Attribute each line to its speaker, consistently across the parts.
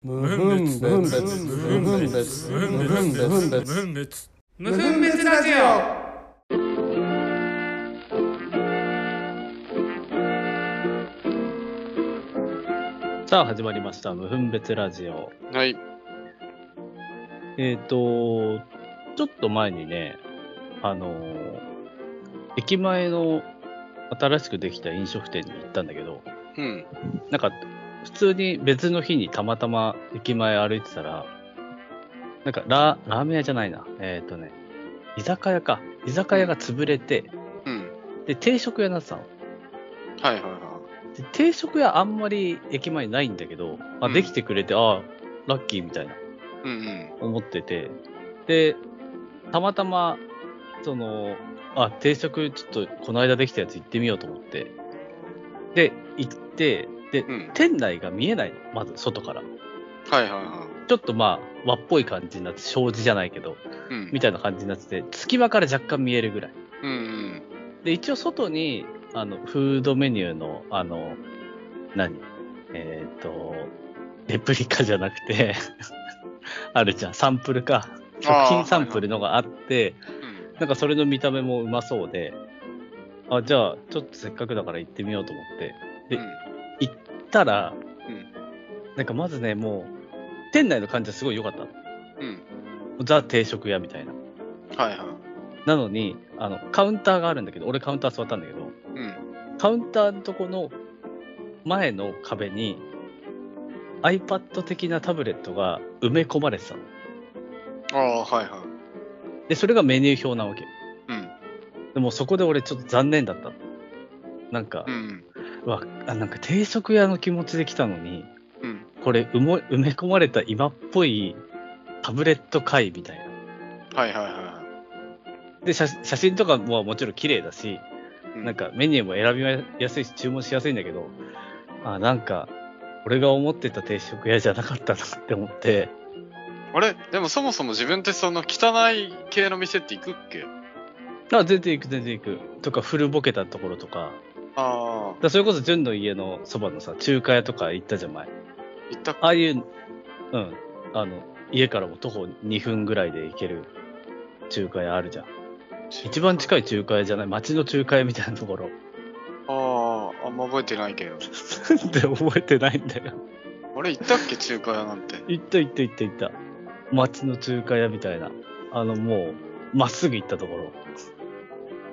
Speaker 1: 無分別無分別無分別無分別無分別
Speaker 2: 分別
Speaker 3: 無分別ラジオ
Speaker 4: さあ始まりました「無分別ラジオ
Speaker 5: はい。」
Speaker 4: えっ、とちょっと前にねあのー駅前の新しくできた飲食店に行ったんだけど
Speaker 5: うん。
Speaker 4: なんか普通に別の日にたまたま駅前歩いてたらなんかララーメン屋じゃないなえっ、とね居酒屋か居酒屋が潰れて
Speaker 5: うん。
Speaker 4: で定食屋になってたの
Speaker 5: はいはいは
Speaker 4: で定食屋あんまり駅前にないんだけど、あ、
Speaker 5: うん。
Speaker 4: できてくれて、ああラッキーみたいない
Speaker 5: うんうん。
Speaker 4: 思ってて、で、たまたま、その、あ、定食、ちょっと、この間できたやつ行ってみようと思って、で、行って、で、
Speaker 5: うん。
Speaker 4: 店内が見えないの、まず、外から。
Speaker 5: はいはいは
Speaker 4: ちょっとまあ、和っぽい感じになって、障子じゃないけど、
Speaker 5: い。うん。
Speaker 4: みたいな感じになってて、隙間から若干見えるぐらい。
Speaker 5: うんうん。
Speaker 4: で、一応外に、あの、フードメニューの、あの、何えっ、と、レプリカじゃなくて、 あるじゃん、サンプルか。食
Speaker 5: あー
Speaker 4: 品サンプルのがあって、
Speaker 5: うん
Speaker 4: なんかそれの見た目もうまそうで、あ、じゃあ、ちょっとせっかくだから行ってみようと思って。で
Speaker 5: うん
Speaker 4: 行ったら、
Speaker 5: うん
Speaker 4: なんかまずね、もう、店内の感じはすごい良かったの。
Speaker 5: うん。
Speaker 4: ザ定食屋みたいな。
Speaker 5: はいはい。
Speaker 4: なのに、あの、カウンターがあるんだけど、俺カウンター座ったんだけど、
Speaker 5: うん。
Speaker 4: カウンターのとこの前の壁に iPad 的なタブレットが埋め込まれてたの。
Speaker 5: ああ、はいはい。
Speaker 4: で、それがメニュー表なわけ。
Speaker 5: うん。
Speaker 4: でもうそこで俺ちょっと残念だったの。なんか
Speaker 5: う、ん。
Speaker 4: うわあなんか定食屋の気持ちで来たのに、
Speaker 5: うん。
Speaker 4: これ埋も埋め込まれた今っぽいタブレット会みたいな。
Speaker 5: はいはいは
Speaker 4: で写、写真とかももちろん綺麗だし、
Speaker 5: い。
Speaker 4: なん、かメニューも選びやすいし、注文しやすいんだけど、あ、なんか、俺が思ってた定食屋じゃなかったなって思って、
Speaker 5: あれでもそもそも自分ってその汚い系の店って行くっけ
Speaker 4: あ、全然行く、全然行く。とか、古ぼけたところとか、
Speaker 5: ああ
Speaker 4: だ、からそれこそ純の家のそばのさ、中華屋とか行ったじゃん、前。
Speaker 5: 行ったっけ
Speaker 4: ああいう、うん、あの、家からも徒歩2分ぐらいで行ける中華屋あるじゃん。一番近い中華屋じゃない、町の中華屋みたいなところ。
Speaker 5: ああ、あんま覚えてないけど。
Speaker 4: なんで覚えてないんだよ。
Speaker 5: あれ行ったっけ中華屋なんて。
Speaker 4: 行った行った行った行った。町の中華屋みたいな。あの、もう、まっすぐ行ったところ。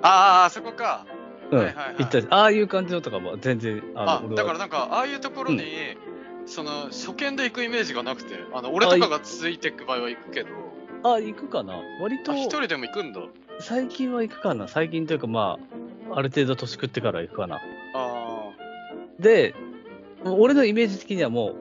Speaker 5: ああ、あそこか。
Speaker 4: うん、
Speaker 5: はいはいはい
Speaker 4: 行ったしああいう感じのとかも全然、
Speaker 5: あ
Speaker 4: 俺は
Speaker 5: だからなんかああいうところに、その初見で行くイメージがなくてあの俺とかがついてく場合は行くけど
Speaker 4: あ、行くかな割と
Speaker 5: あ、一人でも行くんだ
Speaker 4: 最近は行くかな最近というかまあ、ある程度年食ってから行くかな。
Speaker 5: あ
Speaker 4: で、俺のイメージ的にはもう、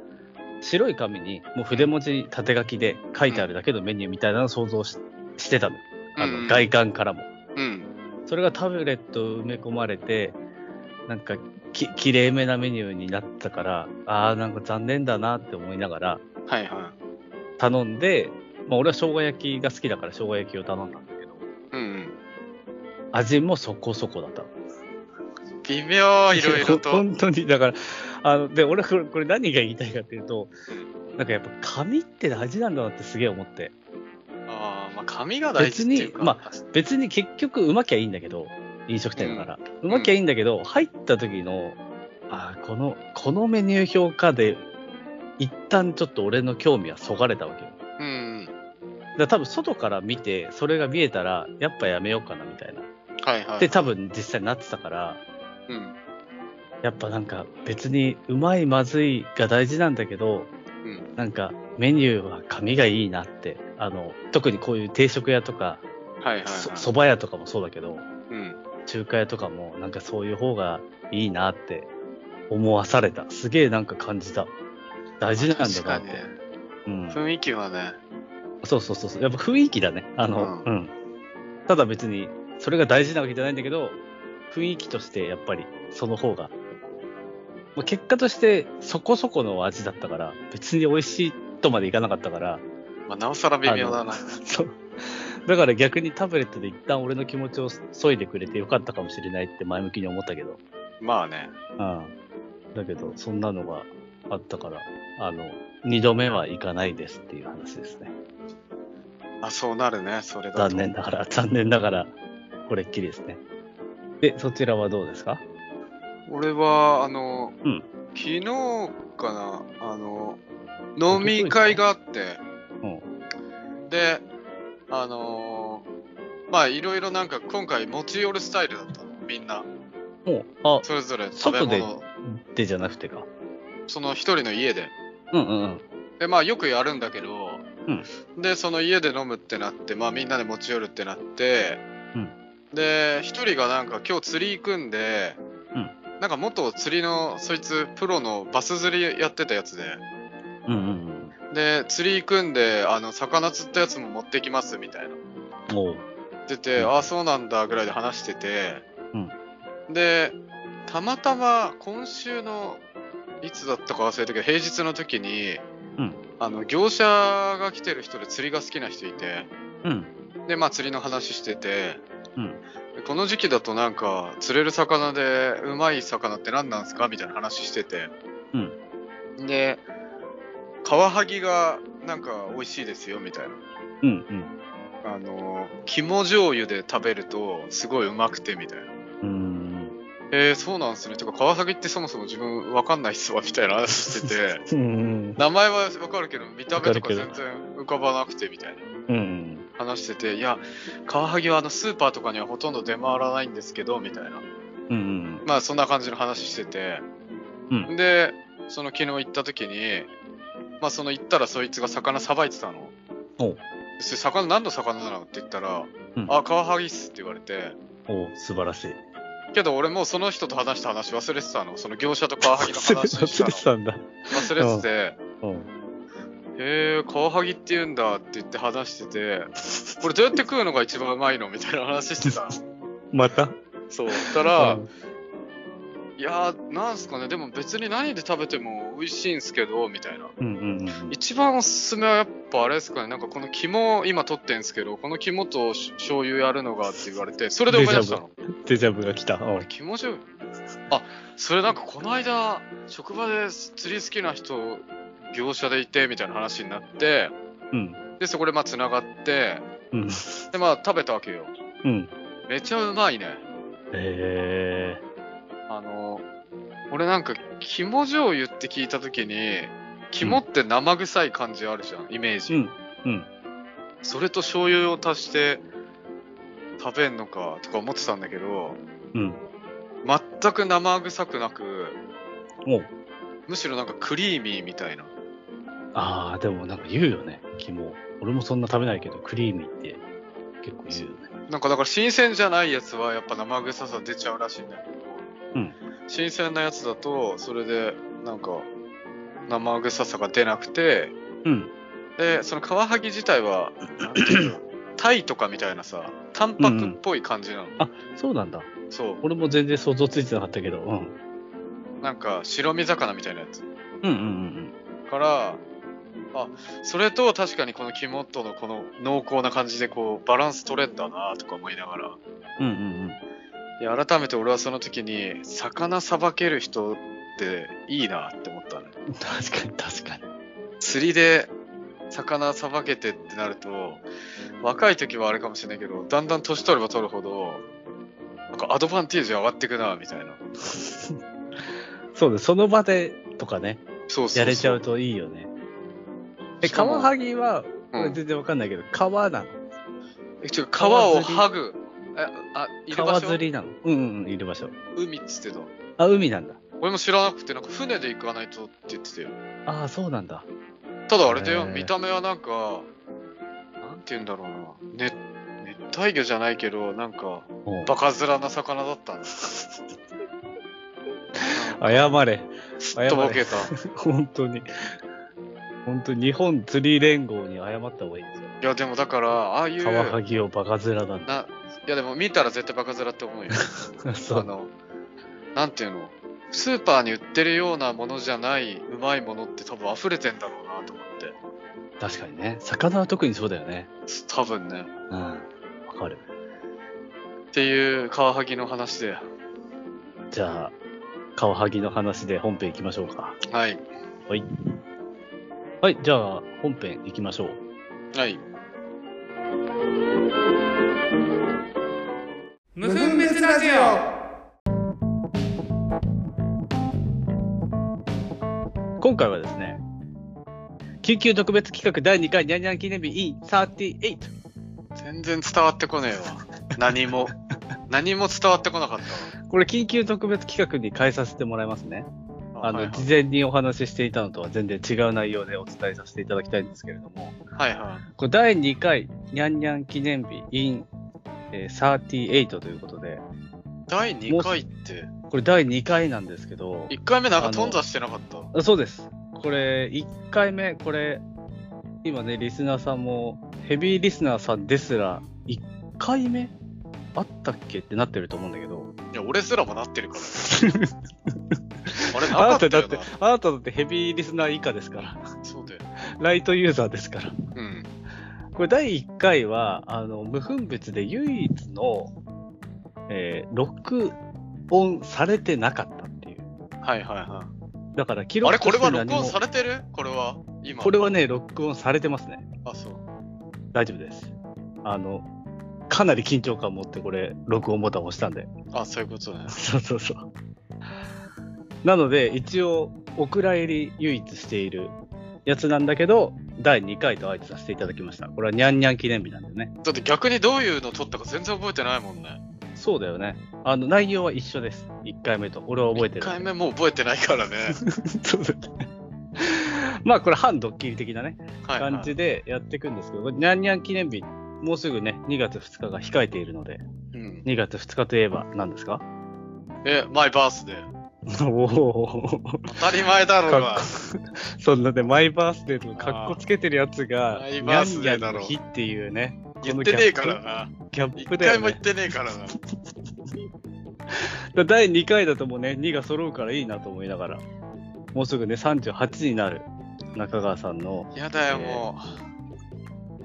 Speaker 4: 白い紙に、もう筆文字縦書きで書いてあるだけのメニューみたいなのを想像ししてたの。あ
Speaker 5: うん
Speaker 4: の、外観からも。
Speaker 5: ーうん
Speaker 4: それがタブレット埋め込まれて、なんかき、きれいめなメニューになったから、ああ、なんか残念だなって思いながら、
Speaker 5: はいは
Speaker 4: 頼んで、まあ俺は生姜焼きが好きだから生姜焼きを頼んだんだけど、
Speaker 5: いうん
Speaker 4: 味もそこそこだった。
Speaker 5: うん微妙いろいろと
Speaker 4: 本当に、だから、あの、で、俺これ、これ何が言いたいかっていうと、なんかやっぱ紙って大事なんだなってすげえ思って。
Speaker 5: あーまあ髪が大事っていうか
Speaker 4: 別にま別に結局うまきゃいいんだけど、飲食店だから。うんまきゃいいんだけど、入った時の、あーこの、このメニュー表かで、一旦ちょっと俺の興味はそがれたわけよ。だか
Speaker 5: うん
Speaker 4: ら多分外から見て、それが見えたら、やっぱやめようかなみたいな。
Speaker 5: はいはい
Speaker 4: で、多分実際なってたから、
Speaker 5: うん
Speaker 4: やっぱなんか別にうまいまずいが大事なんだけど、
Speaker 5: うん
Speaker 4: なんかメニューは紙がいいなって、あの、特にこういう定食屋とか、
Speaker 5: はいはいはい
Speaker 4: そそば屋とかもそうだけど、
Speaker 5: うん
Speaker 4: 中華屋とかもなんかそういう方がいいなって思わされた。すげえなんか感じた。大事なんだ
Speaker 5: 確
Speaker 4: な
Speaker 5: か
Speaker 4: っ
Speaker 5: に
Speaker 4: て。
Speaker 5: ね
Speaker 4: うん。
Speaker 5: 雰囲気はね
Speaker 4: そうそうそうそう。やっぱ雰囲気だね。あの、
Speaker 5: う
Speaker 4: うん、ただ別に、それが大事なわけじゃないんだけど、雰囲気としてやっぱりその方が。まあ、結果としてそこそこの味だったから、別に美味しいとまでいかなかったから、
Speaker 5: まあなおさら微妙だな
Speaker 4: そう。だから逆にタブレットで一旦俺の気持ちを削いでくれてよかったかもしれないって前向きに思ったけど。
Speaker 5: まあね
Speaker 4: うん。だけど、そんなのがあったから、あの、二度目はいかないですっていう話ですね。
Speaker 5: あ、そうなるね、それだと。
Speaker 4: 残念ながら、残念ながら、これっきりですね。で、そちらはどうですか
Speaker 5: 俺は、あの、
Speaker 4: うん
Speaker 5: 昨日かな、あの、飲み会があって、
Speaker 4: うん。
Speaker 5: で、あのーまあ、いろいろなんか今回持ち寄るスタイルだったの、みんな。
Speaker 4: もう、あ、
Speaker 5: それぞれ食べ
Speaker 4: 外
Speaker 5: 物、
Speaker 4: でじゃなくてか。
Speaker 5: その一人の家で。
Speaker 4: うんうんうん。
Speaker 5: で、まあ、よくやるんだけど、で、その家で飲むってなって、まあ、みんなで持ち寄るってなって、
Speaker 4: うん
Speaker 5: で、一人がなんか今日釣り行くんで、
Speaker 4: うん
Speaker 5: なんか元釣りの、そいつプロのバス釣りやってたやつで、
Speaker 4: うんうん
Speaker 5: で、釣り行くんで、あの、魚釣ったやつも持ってきますみたいな。
Speaker 4: うん。おう。
Speaker 5: ってて、
Speaker 4: うん
Speaker 5: ああ、そうなんだぐらいで話してて、
Speaker 4: うん
Speaker 5: で、たまたま今週の、いつだったか忘れたけど、平日の時に、
Speaker 4: うん
Speaker 5: あの、業者が来てる人で釣りが好きな人いて、
Speaker 4: うん。
Speaker 5: で、まあ釣りの話してて、
Speaker 4: うん
Speaker 5: でこの時期だとなんか、釣れる魚でうまい魚って何なんすかみたいな話してて、で、カワハギがなんか美味しいですよ、みたいな。
Speaker 4: うんうん。
Speaker 5: あの肝醤油で食べるとすごいうまくてみたいな。
Speaker 4: うーん。
Speaker 5: えー、そうなんすね。てか、川崎ってそもそも自分わかんないっすわ、みたいな話してて、
Speaker 4: うん
Speaker 5: 名前はわかるけど、見た目とか
Speaker 4: わかる
Speaker 5: 全然浮かばなくて、みたいな
Speaker 4: うん。
Speaker 5: 話してて、いや、カワハギはあのスーパーとかにはほとんど出回らないんですけど、みたいな。
Speaker 4: うん。
Speaker 5: まあ、そんな感じの話してて、
Speaker 4: うん
Speaker 5: で、その昨日行った時に、まあ、その行ったらそいつが魚さばいてたの。
Speaker 4: おう
Speaker 5: それ魚、何の魚なのって言ったら、
Speaker 4: うん
Speaker 5: あ、カワハギっすって言われて、
Speaker 4: おう素晴らしい。
Speaker 5: けど俺もうその人と話した話忘れてたの。その業者とカワハギの話した
Speaker 4: 忘
Speaker 5: の
Speaker 4: れ。てたんだ。
Speaker 5: 忘れてて、
Speaker 4: うん。
Speaker 5: へえ、カワハギって言うんだって言って話してて、これどうやって食うのが一番うまいのみたいな話してたの。
Speaker 4: また
Speaker 5: そう。たら、いやー、なんすかね、でも別に何で食べても美味しいんすけど、みたいな。
Speaker 4: うんうんうん。
Speaker 5: 一番おすすめはやっぱあれですかね、なんかこの肝、今取ってんすけど、この肝とし醤油やるのがって言われて、それで思い出したの。
Speaker 4: デジャブが来た。うん
Speaker 5: 気持ちよいあそれなんかこの間職場で釣り好きな人業者でいてみたいな話になって
Speaker 4: うん。
Speaker 5: でそこでまあつながって
Speaker 4: うん。
Speaker 5: でまあ食べたわけよ
Speaker 4: うん。
Speaker 5: めちゃうまいね
Speaker 4: え
Speaker 5: あの俺なんか肝醤油って聞いた時に肝って生臭い感じあるじゃんイメー
Speaker 4: ー。
Speaker 5: ジ、
Speaker 4: うん。うん。
Speaker 5: それと醤油を足して食べんのかとか思ってたんだけど
Speaker 4: うん。
Speaker 5: 全く生臭くなく
Speaker 4: おう
Speaker 5: むしろなんかクリーミーみたいな
Speaker 4: ああ、でもなんか言うよね。肝。俺もそんな食べないけど、クリーミーって結構言うよね。
Speaker 5: なんかだから新鮮じゃないやつはやっぱ生臭さ出ちゃうらしいんだけど、
Speaker 4: うん
Speaker 5: 新鮮なやつだとそれでなんか生臭さが出なくて
Speaker 4: うん。
Speaker 5: でそのカワハギ自体 はなんていうのタイとかみたいなさタンパクっぽい感じなの、
Speaker 4: そうなんだ。
Speaker 5: そう
Speaker 4: 俺も全然想像ついてなかったけど。うん。
Speaker 5: なんか白身魚みたいなやつ
Speaker 4: うんうん
Speaker 5: からあそれと確かにこの肝とのこの濃厚な感じでこうバランス取れんだなとか思いながら
Speaker 4: うん。うんうん
Speaker 5: いや改めて俺はその時に魚さばける人っていいなって思ったね
Speaker 4: うん。確かに確かに。
Speaker 5: 釣りで魚さばけてってなると若い時はあれかもしれないけどだんだん年取れば取るほどなんかアドバンテージ上がってくなみたいな
Speaker 4: そうね、その場でとかね、
Speaker 5: そうそうそう
Speaker 4: やれちゃうといいよね。え、
Speaker 5: しか
Speaker 4: カ
Speaker 5: も
Speaker 4: ワハギは、
Speaker 5: うん
Speaker 4: 俺全然わかんないけど、カワなの
Speaker 5: え違う皮を剥ぐえあいる場
Speaker 4: 川
Speaker 5: 所
Speaker 4: 釣りなのうんうんうん、いる場所。
Speaker 5: 海っつってた
Speaker 4: あ、海なんだ。
Speaker 5: 俺も知らなくてなんか船で行かないとって言ってたよ
Speaker 4: ああ、そうなんだ。
Speaker 5: ただあれだ
Speaker 4: へ
Speaker 5: よ、
Speaker 4: ー
Speaker 5: 見た目はなんか、なんて言うんだろうな、ね、熱帯魚じゃないけど、なんか、
Speaker 4: おう
Speaker 5: バカ面な魚だ ったんです。
Speaker 4: 謝れ。
Speaker 5: すっとぼけた。い
Speaker 4: 本当に。本当に日本釣り連合に謝った方がいいですよ。
Speaker 5: や、でもだから、ああいう、
Speaker 4: カワハギをバカ面なんだ。
Speaker 5: ないや、でも見たら絶対バカ面って思うよ。
Speaker 4: そ
Speaker 5: あ
Speaker 4: う。
Speaker 5: の、なんていうの、スーパーに売ってるようなものじゃない、うまいものって多分溢れてんだろうなと思って。
Speaker 4: 確かにね。魚は特にそうだよね。
Speaker 5: 多分ね。
Speaker 4: うん。わかる。
Speaker 5: っていう、カワハギの話で。
Speaker 4: じゃあ、カワハギの話で本編行きましょうか。
Speaker 5: はい。
Speaker 4: はい。はい、じゃあ本編行きましょう。
Speaker 5: はい。
Speaker 3: 無分別ラジオ
Speaker 4: 今回はですね、緊急特別企画第2回ニャンニャン記念日 E38。
Speaker 5: 全然伝わってこねえわ。何も。何も伝わってこなかっ
Speaker 4: これ緊急特別企画に変えさせてもらいますね。
Speaker 5: たわ。
Speaker 4: あの、
Speaker 5: はいはい
Speaker 4: 事前にお話ししていたのとは全然違う内容でお伝えさせていただきたいんですけれども、
Speaker 5: はいは
Speaker 4: これ第2回ニャンニャン記念日 in、えー38ということで、
Speaker 5: い。第2回って、
Speaker 4: これ第2回なんですけど、
Speaker 5: 1回目なんか頓挫してなかった。
Speaker 4: あそうです。これ、1回目、これ、今ね、リスナーさんも、ヘビーリスナーさんですら、1回目あったっけってなってると思うんだけど、
Speaker 5: いや、俺すらもなってるから。 あれ、なかった
Speaker 4: だ
Speaker 5: よ
Speaker 4: って
Speaker 5: な。、
Speaker 4: あなただってヘビーリスナー以下ですから、
Speaker 5: そうだよ。
Speaker 4: ライトユーザーですから。
Speaker 5: うん。
Speaker 4: これ、第1回は、あの、無分別で唯一の、えー録音されてなかったっていう。
Speaker 5: はいはいはい。
Speaker 4: だから、記
Speaker 5: あ
Speaker 4: 録
Speaker 5: れ、こ
Speaker 4: として
Speaker 5: れは
Speaker 4: 何
Speaker 5: 録音
Speaker 4: も
Speaker 5: されてるこれは今。
Speaker 4: これはね、録音されてますね。
Speaker 5: あ、そう。
Speaker 4: 大丈夫です。あの、かなり緊張感を持ってこれ、録音ボタンを押したんで。
Speaker 5: あ、そういうことね。
Speaker 4: そうそうそう。なので、一応、お蔵入り唯一しているやつなんだけど、第2回と相手させていただきました。これはニャンニャン記念日なんでね。
Speaker 5: だって逆にどういうの撮ったか全然覚えてないもんね。
Speaker 4: そうだよね。あの、内容は一緒です。1回目と。俺は覚えてる。
Speaker 5: 1回目もう覚えてないから ね。
Speaker 4: そうだね。 まあ、これ、反ドッキリ的なね、
Speaker 5: はい、はい。
Speaker 4: 感じでやっていくんですけど、これニャンニャン記念日、もうすぐね、2月2日が控えているので、
Speaker 5: うん。
Speaker 4: 2月2日といえば何ですか
Speaker 5: え、マイバースデー。
Speaker 4: おお、
Speaker 5: 当たり前だろう
Speaker 4: かっ
Speaker 5: が
Speaker 4: こ。そんなね、マイバースデーとかかっこつけてるやつが、
Speaker 5: マイバースデーだろ
Speaker 4: ニャンニャンの日っていうね、
Speaker 5: 言ってねえからな。
Speaker 4: ギャッ
Speaker 5: 一
Speaker 4: プだ
Speaker 5: 回
Speaker 4: よ、
Speaker 5: も言
Speaker 4: ね
Speaker 5: っ。てねえからな。
Speaker 4: だ第2回だともうね、2が揃うからいいなと思いながら、もうすぐね、38になる中川さんの
Speaker 5: やだよ、も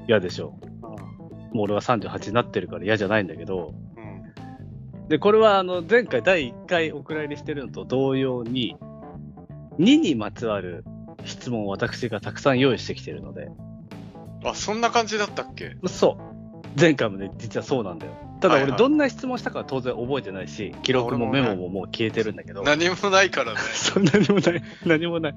Speaker 4: 嫌でしょ
Speaker 5: う。
Speaker 4: う。もう俺は38になってるから嫌じゃないんだけど、
Speaker 5: うん。
Speaker 4: で、これはあの、前回第1回お蔵入りしてるのと同様に、2にまつわる質問を私がたくさん用意してきてるので、
Speaker 5: あ、そんな感じだったっけ
Speaker 4: そう。前回もね、実はそうなんだよ。ただ
Speaker 5: はい
Speaker 4: 俺、
Speaker 5: はい
Speaker 4: どんな質問したかは当然覚えてないし、記録もメモももう消えてるんだけど、
Speaker 5: 何もないからね。
Speaker 4: そう、何もない、何もない、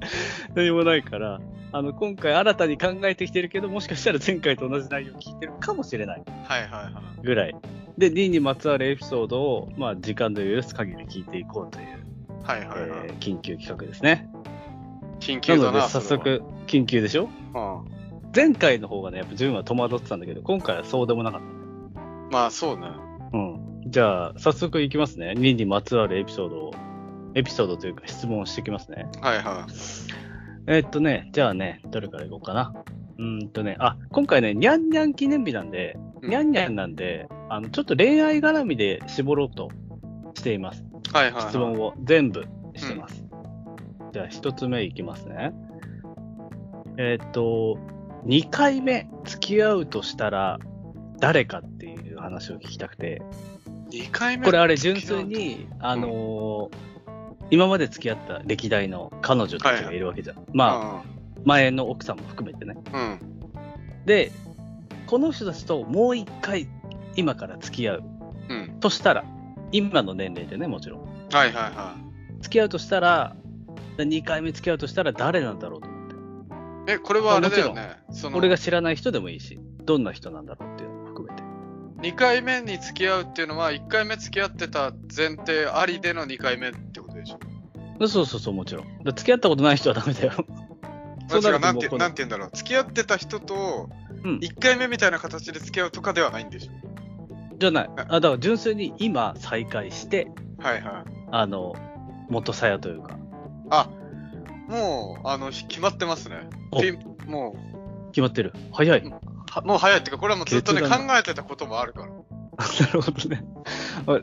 Speaker 4: 何もないから、あの、今回新たに考えてきてるけど、もしかしたら前回と同じ内容聞いてるかもしれない
Speaker 5: はいはいはい。
Speaker 4: ぐらい。で、D にまつわるエピソードを、まあ、時間の許す限り聞いていこうという、
Speaker 5: はいはいはい。
Speaker 4: えー緊急企画ですね。
Speaker 5: 緊
Speaker 4: な
Speaker 5: 急だ
Speaker 4: ので、
Speaker 5: な。
Speaker 4: 早
Speaker 5: それ
Speaker 4: 速、緊急でしょ
Speaker 5: は。
Speaker 4: 前回の方がね、やっぱ自分は戸惑ってたんだけど、今回はそうでもなかった。
Speaker 5: うん。まあそうね。
Speaker 4: うん。じゃあ、早速いきますね。2にまつわるエピソードを、エピソードというか質問をしていきますね。
Speaker 5: はいは
Speaker 4: えーっとね、じゃあね、どれからいこうかな。うーんとね、あ、今回ね、にゃんにゃん記念日なんで、
Speaker 5: うん
Speaker 4: にゃんにゃんなんで、あの、ちょっと恋愛絡みで絞ろうとしています。
Speaker 5: い。はいはいはい。
Speaker 4: 質問を全部してます。じゃあ、一つ目いきますね。えーっと、2回目付き合うとしたら、誰かっていう話を聞きたくて、
Speaker 5: 2回目
Speaker 4: これあれ純粋に、あのー今まで付き合った歴代の彼女たちがいるわけじゃん。まあ、
Speaker 5: あ
Speaker 4: 前の奥さんも含めてね。
Speaker 5: うんうん
Speaker 4: で、この人たちともう一回今から付き合う
Speaker 5: うん
Speaker 4: としたら、今の年齢でね、もちろん。
Speaker 5: はいはいは
Speaker 4: 付き合うとしたら、2回目付き合うとしたら誰なんだろうと思って。
Speaker 5: いえこれはあれだよねその
Speaker 4: 俺が知らない人でもいいし、どんな人なんだろうっていうのも含めて。
Speaker 5: 2回目に付き合うっていうのは1回目付き合ってた前提ありでの2回目ってことでしょ
Speaker 4: そうそうそう、もちろん。だから付き合ったことない人はダメだよ。 そうな
Speaker 5: 違
Speaker 4: る
Speaker 5: うな
Speaker 4: と
Speaker 5: ん
Speaker 4: もう
Speaker 5: て
Speaker 4: こ
Speaker 5: な
Speaker 4: の
Speaker 5: ん、て言うんだろう付き合ってた人と
Speaker 4: うん、
Speaker 5: 1回目みたいな形で付き合うとかではないんでしょ
Speaker 4: じゃない。あ、だから純粋に今再会して、
Speaker 5: はいはい
Speaker 4: あの、元さやというか、
Speaker 5: あもうあのひ決まってますね
Speaker 4: お
Speaker 5: ピンも
Speaker 4: 決まってる。早い。
Speaker 5: うん
Speaker 4: な
Speaker 5: うはもう早いっていうかこれはもうずっとね考
Speaker 4: 決断
Speaker 5: えてたこともあるから
Speaker 4: るほどね。あ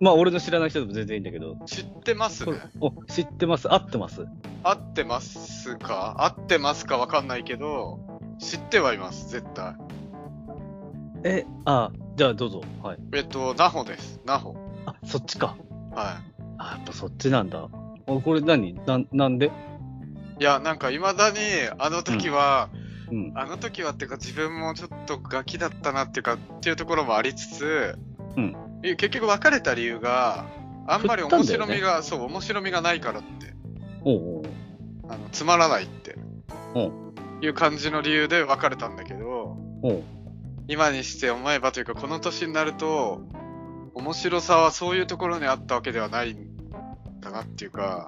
Speaker 4: まあ、俺の知らない人でも全然いいんだけど、
Speaker 5: 知ってます
Speaker 4: これ
Speaker 5: ね
Speaker 4: お知ってます、合ってます。
Speaker 5: 合ってますか合ってますかわかんないけど知ってはいます絶対
Speaker 4: え、あじゃあどうぞ。はい。
Speaker 5: えっとナホですナホ
Speaker 4: あ、そっちか。
Speaker 5: は
Speaker 4: あ、やっぱそっちなんだ。おこれ何なんなんで
Speaker 5: いいや、なんか未だにあの時は、
Speaker 4: うん。
Speaker 5: あの時はっていうか自分もちょっとガキだったなっていうかっていうところもありつつ、
Speaker 4: うん
Speaker 5: え結局別れた理由が、あんまり
Speaker 4: 振った
Speaker 5: 面
Speaker 4: んだよね
Speaker 5: 白みが、そう、面白みがないからって、
Speaker 4: おうおう。
Speaker 5: あのつまらないって、
Speaker 4: う
Speaker 5: いう感じの理由で別れたんだけど、
Speaker 4: おう。
Speaker 5: 今にして思えばというかこの年になると面白さはそういうところにあったわけではないんだなっていうか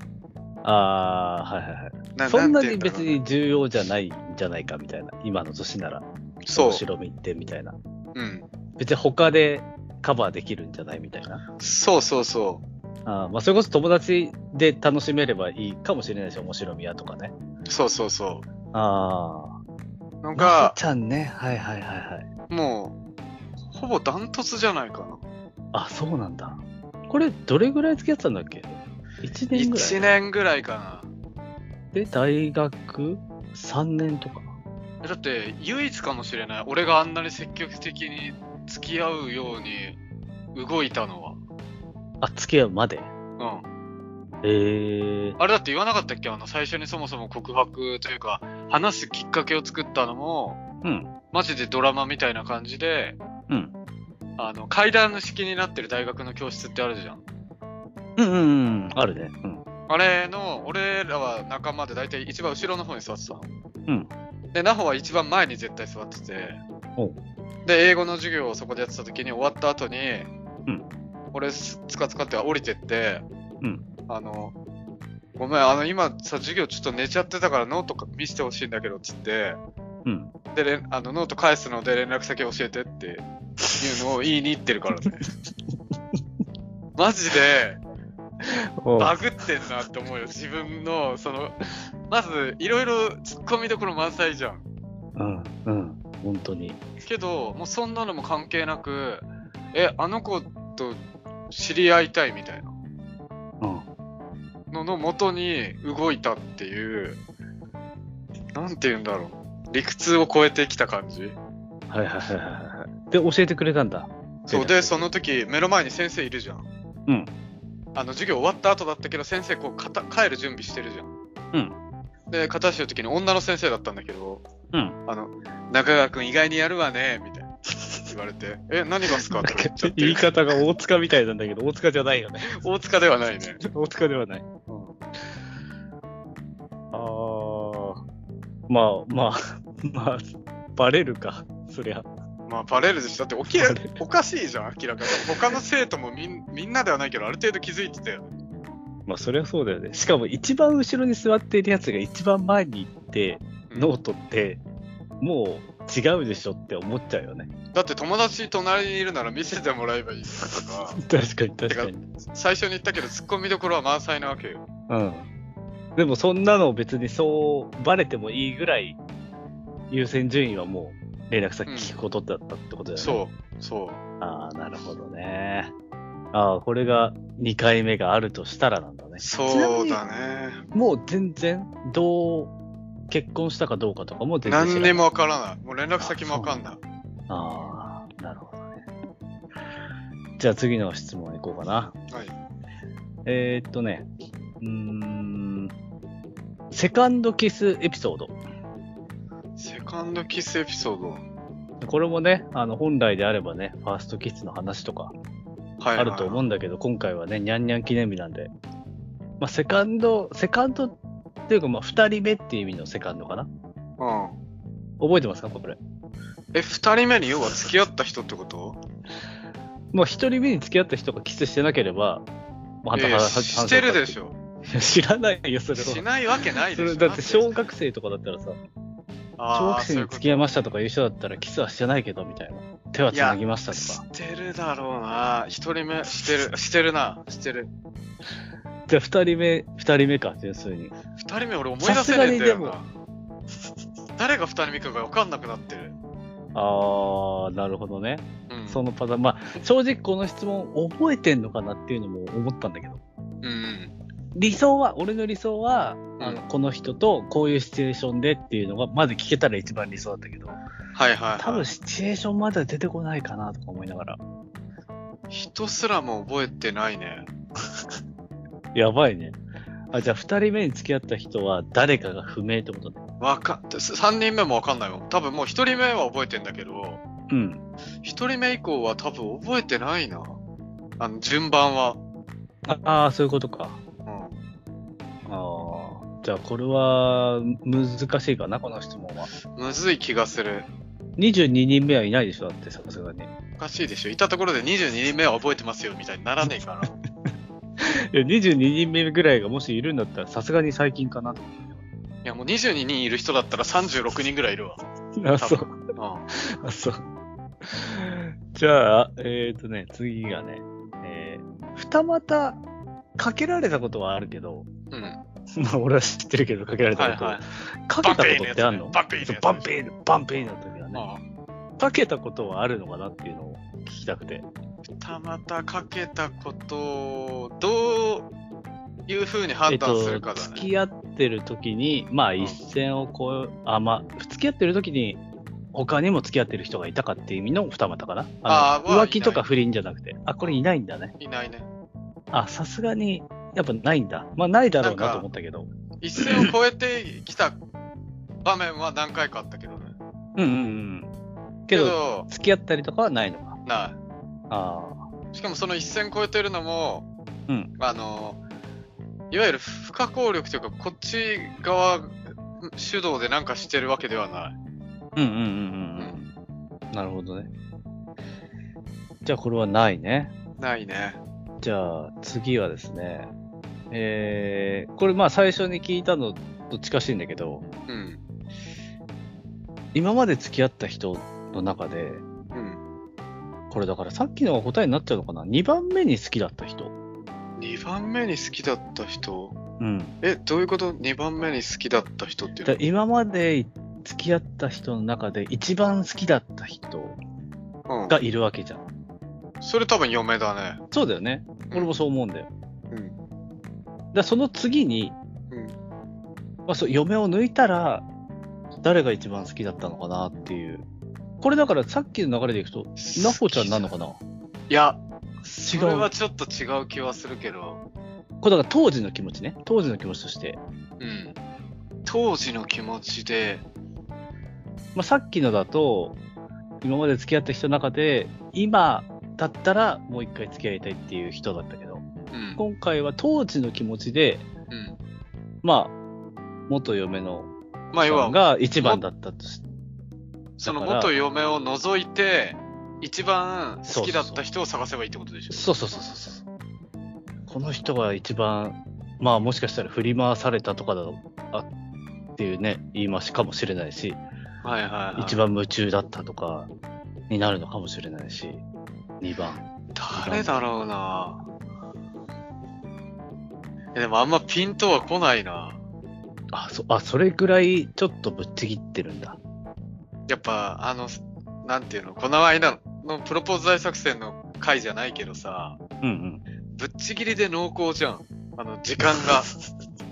Speaker 4: ああ、はいはいはい。
Speaker 5: な
Speaker 4: そんな
Speaker 5: て言うん
Speaker 4: に
Speaker 5: だろ
Speaker 4: 別
Speaker 5: う
Speaker 4: に重要じゃないんじゃないかみたいな。今の年なら、
Speaker 5: そう
Speaker 4: 白身ってみたいな。
Speaker 5: うん
Speaker 4: 別に他でカバーできるんじゃないみたいな。
Speaker 5: そうそうそ
Speaker 4: あーまあ、それこそ友達で楽しめればいいかもしれないし、面白みやとかね。
Speaker 5: うそうそうそうの
Speaker 4: ああ。ま
Speaker 5: が
Speaker 4: こちゃんね。はいはいはいはい。
Speaker 5: もうほぼダントツじゃないかな
Speaker 4: あ、そうなんだ。これ、どれぐらい付き合ってたんだっけ ?1 年ぐらい。
Speaker 5: 1年ぐらいか
Speaker 4: で、大学3年とか。
Speaker 5: なだって唯一かもしれない俺があんなに積極的に付き合うように動いたのは
Speaker 4: あ、付き合うまで。
Speaker 5: うん
Speaker 4: ええ
Speaker 5: あれだって言わなかったっけあの最初にそもそも告白というか話すきっかけを作ったのも
Speaker 4: うん。
Speaker 5: マジでドラマみたいな感じで、
Speaker 4: うん。
Speaker 5: あの、階段の式になってる大学の教室ってあるじゃん。
Speaker 4: うんうんうん。あるね。うん。
Speaker 5: あれの、俺らは仲間で大体一番後ろの方に座ってたの。
Speaker 4: うん。
Speaker 5: で、ナホは一番前に絶対座ってて
Speaker 4: おう。
Speaker 5: で、英語の授業をそこでやってた時に終わった後に、
Speaker 4: うん
Speaker 5: 俺、すつかつかって降りてって、
Speaker 4: うん
Speaker 5: あの、ごめん、あの、今さ、授業ちょっと寝ちゃってたからノート見せてほしいんだけど、つって、
Speaker 4: うん。
Speaker 5: で、れんあのノート返すので連絡先教えてっていうのを言いに行ってるから ね。マジでバグってんなって思うよ。自分の、その、まずいろいろ突っ込みどころ満載じゃん。
Speaker 4: うん。うん。本当に。
Speaker 5: けど、もうそんなのも関係なく、え、あの子と知り合いたいみたいな
Speaker 4: うん。
Speaker 5: のの元に動いたっていう、なんて言うんだろう。理屈を超えてきた感じ。
Speaker 4: はいはいはいはいはい。で、教えてくれたんだ。
Speaker 5: そうで、その時目の前に先生いるじゃん。
Speaker 4: うん。
Speaker 5: あの授業終わった後だったけど、先生こうかた帰る準備してるじゃん。うん。で、片足の時に女の先生だったんだけど、
Speaker 4: うん。
Speaker 5: あの、中川くん意外にやるわね、みたいな。 言われて、え、何がっすか
Speaker 4: なん
Speaker 5: って
Speaker 4: か
Speaker 5: 言っちゃって
Speaker 4: 言い
Speaker 5: る。
Speaker 4: 方が大塚みたいなんだけど、大塚じゃないよね。
Speaker 5: 大塚ではないね。
Speaker 4: 大塚ではない。あー。まあま あ、まあ、バレるか。そりゃ。
Speaker 5: まあ、バレるでしょ。だって起き
Speaker 4: バレる
Speaker 5: おかしいじゃん、明らかに。他の生徒もみんみんなではないけど、ある程度気づいてたよね。
Speaker 4: まあそりゃそうだよね。しかも一番後ろに座っているやつが一番前に行って、
Speaker 5: うん
Speaker 4: ノートって、もう違うでしょって思っちゃうよね。
Speaker 5: だって友達隣にいるなら見せてもらえばいいとか。
Speaker 4: 確かに確かに。
Speaker 5: 最初に言ったけど、突っ込みどころは満載なわけよ。
Speaker 4: うん。でもそんなの別にそうバレてもいいぐらい優先順位はもう連絡先聞くことだったってことだよね。
Speaker 5: そう、そう。
Speaker 4: ああ、なるほどね。ああ、これが2回目があるとしたらなんだね。
Speaker 5: そうだ
Speaker 4: ね。
Speaker 5: ね。
Speaker 4: もう全然、どう、結婚したかどうかとかも全然知らない。
Speaker 5: 何にもわからない。もう連絡先もわかんない。
Speaker 4: ああ、なるほどね。じゃあ次の質問いこうかな。
Speaker 5: はい。
Speaker 4: えー、っとね、うーん、セカンドキスエピソード。
Speaker 5: セカンドキスエピソード。はい
Speaker 4: これもね、あの本来であればね、ファーストキスの話とか
Speaker 5: はい、
Speaker 4: あると思うんだけど、今回はね、ニャンニャン記念日なんで、まあ、セカンド、セカンドっていうか、まあ、2人目っていう意味のセカンドかな。
Speaker 5: うん。
Speaker 4: 覚えてますか、これ。
Speaker 5: え、二人目に要は付き合った人ってこと
Speaker 4: もう1人目に付き合った人がキスしてなければ、もう
Speaker 5: いやいやしてるでし
Speaker 4: ょ。
Speaker 5: ょ。
Speaker 4: いや知らないよ、それ
Speaker 5: し
Speaker 4: は。
Speaker 5: ないわけない
Speaker 4: そ
Speaker 5: でし
Speaker 4: れ
Speaker 5: ょ。
Speaker 4: だって小学生とかだったらさ、小
Speaker 5: あー
Speaker 4: 学生に付
Speaker 5: そうい
Speaker 4: き合いましたとかいう人だったらキスはしてないけどみたいな。手はつなぎましたとか。
Speaker 5: うことしてるだろうな。一人目、してる、してるな。してる。
Speaker 4: じゃあ二人目、二人目か、純粋に。
Speaker 5: 二人目俺思い出せねえんだよな。誰が二人目かがわかんなくなってる。
Speaker 4: あー、なるほどね。
Speaker 5: うん。
Speaker 4: そのパターン、まあ、正直この質問覚えてんのかなっていうのも思ったんだけど、
Speaker 5: うん。
Speaker 4: 理想は、俺の理想は、あのこの人とこういうシチュエーションでっていうのが、まず聞けたら一番理想だったけど、
Speaker 5: はいはい、はい。
Speaker 4: 多分シチュエーションまでは出てこないかなとか思いながら、
Speaker 5: 人すらも覚えてないね。
Speaker 4: やばいね。あ、じゃあ二人目に付き合った人は誰かが不明ってことね。
Speaker 5: わかん、3人目もわかんないもん。多分もう1人目は覚えてんだけど、
Speaker 4: うん。
Speaker 5: 1人目以降は多分覚えてないな。あの、順番は。
Speaker 4: ああー、そういうことか。
Speaker 5: うん。
Speaker 4: ああ。じゃあこれは難しいかな、この質問は。
Speaker 5: むずい気がする。
Speaker 4: 22人目はいないでしょ、だってさすがに。
Speaker 5: おかしいでしょ。いたところで22人目は覚えてますよ、 みたいにならねえから。
Speaker 4: いや22人目ぐらいがもしいるんだったらさすがに最近かなと。
Speaker 5: いや、もう22人いる人だったら36人ぐらいいるわ。
Speaker 4: あ、
Speaker 5: 多
Speaker 4: そう。
Speaker 5: 分。う
Speaker 4: あ、そう。じゃあ、えっ、ー、とね、次がね、えー、二股かけられたことはあるけど、
Speaker 5: ん。うん。
Speaker 4: まあ俺は知ってるけど、かけられた
Speaker 5: はい
Speaker 4: こと、
Speaker 5: はい。
Speaker 4: かけたことってあるの
Speaker 5: バンペイのやつ
Speaker 4: そう
Speaker 5: ね
Speaker 4: バ
Speaker 5: バン
Speaker 4: ンペ
Speaker 5: ペ
Speaker 4: イの、バンペイの時はね、
Speaker 5: ああ。
Speaker 4: かけたことはあるのかなっていうのを聞きたくて。
Speaker 5: たまたかけたことをどういうふうに判断するかだ
Speaker 4: 付
Speaker 5: ね。
Speaker 4: き合ってる時に、まあ
Speaker 5: ん
Speaker 4: 一線をこう、あ、まあ、付き合ってる時に、他にも付き合ってる人がいたかっていう意味の二股かな。あの
Speaker 5: あーはい
Speaker 4: 浮気とか不倫じゃなくて。あ、これいないんだね。
Speaker 5: いないね。
Speaker 4: あ、さすがに、やっぱないんだ。まあ、ないだろ
Speaker 5: な
Speaker 4: う
Speaker 5: ん
Speaker 4: な
Speaker 5: か
Speaker 4: と思ったけど。
Speaker 5: 一線を越えてきた場面は何回かあったけどね。
Speaker 4: うんうんうん。けど、付き合ったりとかはないのか。
Speaker 5: な
Speaker 4: あ
Speaker 5: い。しかもその一線越えてるのも、
Speaker 4: うん
Speaker 5: あの、いわゆる不可抗力というか、こっち側主導で何かしてるわけではない。
Speaker 4: あ。うんうんうんうん。なるほどね。じゃあ、これはないね。
Speaker 5: ないね。
Speaker 4: じゃあ、次はですね。えー、これまあ最初に聞いたのと近しいんだけど、
Speaker 5: うん。
Speaker 4: 今まで付き合った人の中で、
Speaker 5: うん。
Speaker 4: これだからさっきのが答えになっちゃうのかな ?2 番目に好きだった人。
Speaker 5: 2番目に好きだった人
Speaker 4: うん。
Speaker 5: え、どういうこと ?2 番目に好きだった人っていうの
Speaker 4: だ今まで付き合った人の中で一番好きだった人
Speaker 5: うん
Speaker 4: がいるわけじゃん。
Speaker 5: それ多分嫁だね。
Speaker 4: そうだよね。俺もそう思うんだよ。
Speaker 5: うん。
Speaker 4: だからその次に、
Speaker 5: うん
Speaker 4: まあ、そう嫁を抜いたら誰が一番好きだったのかなっていう。これだからさっきの流れでいくと、なほちゃんなのかない
Speaker 5: や、
Speaker 4: 違
Speaker 5: これは
Speaker 4: う。
Speaker 5: ちょっと違う気はするけど、
Speaker 4: これだから当時の気持ちね。当時の気持ちとして。
Speaker 5: うん。当時の気持ちで、
Speaker 4: まあ、さっきのだと、今まで付き合った人の中で、今だったらもう一回付き合いたいっていう人だったけど、
Speaker 5: うん。
Speaker 4: 今回は当時の気持ちで、
Speaker 5: うん、
Speaker 4: まあ、元嫁の
Speaker 5: まあ、要
Speaker 4: さん
Speaker 5: は、
Speaker 4: が一番だったとし
Speaker 5: その
Speaker 4: だから
Speaker 5: 元嫁を除いて、一番好きだった人を探せばいいってことでしょ。
Speaker 4: そうそうそうそうそう。この人が一番、まあもしかしたら振り回されたとかだあっていうね、言い回しかもしれないし、
Speaker 5: はいはい、はい。
Speaker 4: 一番夢中だったとかになるのかもしれないし、2番。
Speaker 5: 誰だろうなえでもあんまピントは来ないな。
Speaker 4: あ、そあそれぐらいちょっとぶっちぎってるんだ。
Speaker 5: やっぱ、あの、なんていうの、この間のプロポーズ大作戦の回じゃないけどさ、
Speaker 4: うん
Speaker 5: ぶっちぎりで濃厚じゃん。あの、時間が。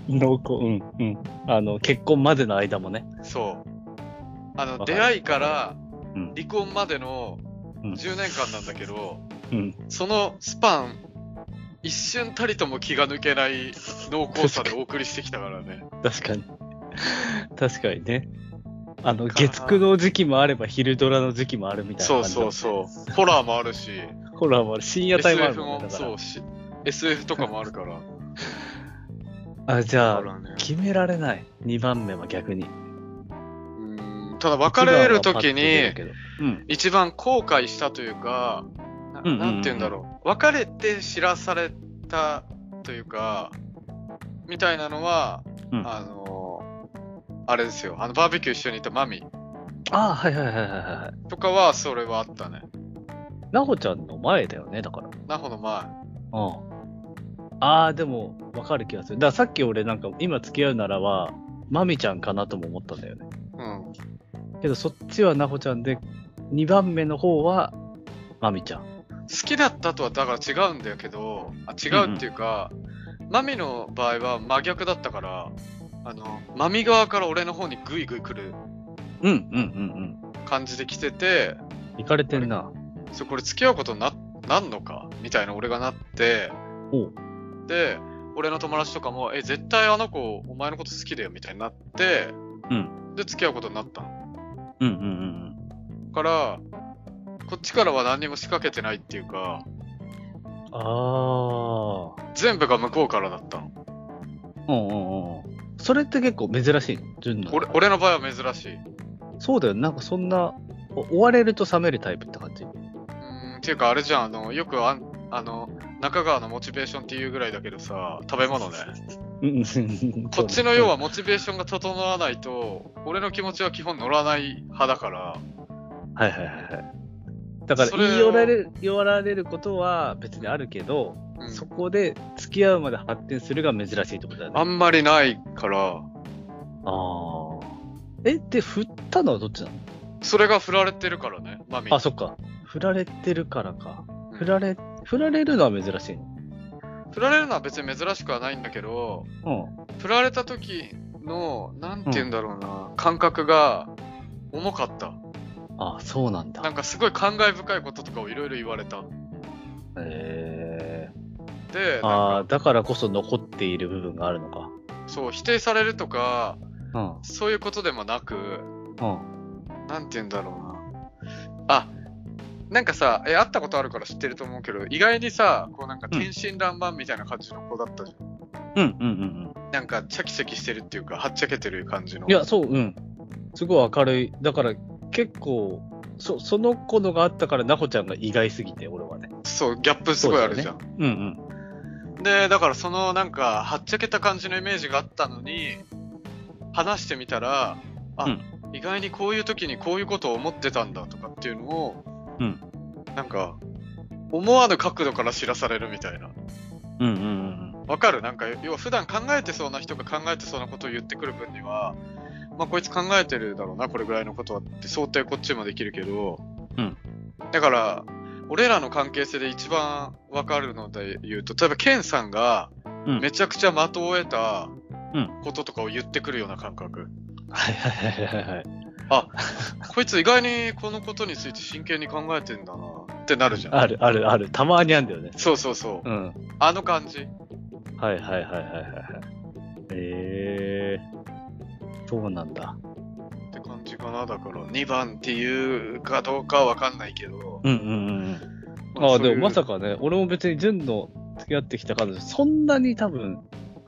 Speaker 4: うん。濃厚、うんうん。あの、結婚までの間もね。
Speaker 5: そう。あ
Speaker 4: か
Speaker 5: の、
Speaker 4: る
Speaker 5: 出会いから
Speaker 4: うん
Speaker 5: 離婚までの
Speaker 4: うん
Speaker 5: 10年間なんだけど、
Speaker 4: うん。
Speaker 5: そのスパン、一瞬たりとも気が抜けない濃厚さでお送りしてきたから ね。
Speaker 4: 確かに。確かにね。あの、月9の時期もあれば昼ドラの時期もあるみたいな
Speaker 5: そ
Speaker 4: 感
Speaker 5: う
Speaker 4: じだ
Speaker 5: そうそう。ホラーもあるし、
Speaker 4: ホラーもある深夜帯もある
Speaker 5: SF
Speaker 4: もん
Speaker 5: も
Speaker 4: ねだから
Speaker 5: そうし、SF とかもあるから。
Speaker 4: あじゃ
Speaker 5: だか
Speaker 4: あ
Speaker 5: らね。
Speaker 4: 決められない2番目は逆に
Speaker 5: うんただ別れるときに、
Speaker 4: うん
Speaker 5: 一番後悔したというか、な
Speaker 4: うんうんうん
Speaker 5: なんて言うんだろう。別れて知らされたというか、みたいなのは、
Speaker 4: うん
Speaker 5: あの、あれですよ。あの、バーベキュー一緒にいたマミ
Speaker 4: ああはいはいはいはいはい
Speaker 5: とかは、それはあったね。
Speaker 4: なほちゃんの前だよねだから
Speaker 5: なほど前。
Speaker 4: うんああでも分かる気がするだからさっき俺なんか今付き合うならはまみちゃんかなとも思ったんだよね
Speaker 5: うん。
Speaker 4: けどそっちはなほちゃんで2番目の方はまみちゃん
Speaker 5: 好きだったとは、だから違うんだけど、あ違うっていうか、マミの場合は真逆だったから、あの、マミ側から俺の方にグイグイ来る
Speaker 4: うんうんうん
Speaker 5: 感じで来てて、
Speaker 4: うんいかれてんな
Speaker 5: そうこれ付き合うことにななんのかみたいな俺がなって
Speaker 4: おう
Speaker 5: で俺の友達とかも、え、絶対あの子、お前のこと好きだよみたいになって、
Speaker 4: う
Speaker 5: で、付き合うことになったの
Speaker 4: うんうんうん
Speaker 5: から、こっちからは何にも仕掛けてないっていうか、
Speaker 4: うん。ああ。
Speaker 5: 全部が向こうからだったの。
Speaker 4: うんうんうん。それって結構珍しいの純の
Speaker 5: 俺俺の場合は珍しい。う
Speaker 4: そうだよね。なんかそんな、お追われると冷めるタイプって感じ。
Speaker 5: ーん、っていうかあれじゃん、あの、よくあん、あの、中川のモチベーションっていうぐらいだけどさ、食べ 物ね。こっちの要はモチベーションが整わないと、俺の気持ちは基本乗らない派だから、
Speaker 4: はいはいはいはい。だから
Speaker 5: それを
Speaker 4: 言い寄られる、言い寄られることは別にあるけど、
Speaker 5: うん
Speaker 4: そこで付き合うまで発展するが珍しいってことだよね。
Speaker 5: あんまりないから、
Speaker 4: あーえ、で、振ったのはどっちなの
Speaker 5: それが振られてるからね、マミ。
Speaker 4: あ、そっか。振られてるからか。振られ、振られるのは珍しい
Speaker 5: 振られるのは別に珍しくはないんだけど、
Speaker 4: の。
Speaker 5: 振られた時の、なんて言うんだろうな、感覚が重かった。
Speaker 4: うん。あ、そうなんだ。
Speaker 5: なんかすごい感慨深いこととかをいろいろ言われた。
Speaker 4: えー、
Speaker 5: で、
Speaker 4: あ
Speaker 5: なん
Speaker 4: あ、だからこそ残っている部分があるのか。
Speaker 5: かそう、否定されるとか、
Speaker 4: うん。
Speaker 5: そういうことでもなく、
Speaker 4: うん。
Speaker 5: なんて言うんだろうな。あ、なんかさ、え、会ったことあるから知ってると思うけど、意外にさ、こうなんか
Speaker 4: うん
Speaker 5: 天真爛漫みたいな感じの子だったじゃん。
Speaker 4: うんうんうん
Speaker 5: なんか、チャキチャキしてるっていうか、はっちゃけてる感じ
Speaker 4: う
Speaker 5: の。
Speaker 4: ん。いや、そう、うん。すごい明るい。だから結構、そその子のがあったから、なこちゃんが意外すぎて、俺はね。
Speaker 5: そう、ギャップすごいあるじゃん。
Speaker 4: うんうん。
Speaker 5: で、だからそのなんか、はっちゃけた感じのイメージがあったのに、話してみたら、あ、
Speaker 4: うん
Speaker 5: 意外にこういう時にこういうことを思ってたんだとかっていうのを、
Speaker 4: うん
Speaker 5: なんか、思わぬ角度から知らされるみたいな。
Speaker 4: うんうんうん
Speaker 5: わかるなんか、要は普段考えてそうな人が考えてそうなことを言ってくる分には、まあこいつ考えてるだろうな、これぐらいのことはって想定こっちもできるけど、
Speaker 4: うん
Speaker 5: だから、俺らの関係性で一番わかるので言うと、例えばケンさんが
Speaker 4: うん
Speaker 5: めちゃくちゃ的を得た
Speaker 4: うん
Speaker 5: こととかを言ってくるような感覚。
Speaker 4: うん。はいはいはいはいはい。
Speaker 5: こいつ意外にこのことについて真剣に考えてんだなってなるじゃん。
Speaker 4: あるあるある。たまにあるんだよね。
Speaker 5: そうそうそう。
Speaker 4: うん。
Speaker 5: あの感じ。
Speaker 4: はいはいはいはいはいはい。えー、そうなんだ。
Speaker 5: って感じかな。だから2番っていうかどうかはわかんないけど。
Speaker 4: うんうんうん。
Speaker 5: あ
Speaker 4: ああ、
Speaker 5: そうい
Speaker 4: で
Speaker 5: う
Speaker 4: もまさかね、俺も別に純の付き合ってきた彼女、そんなに多分、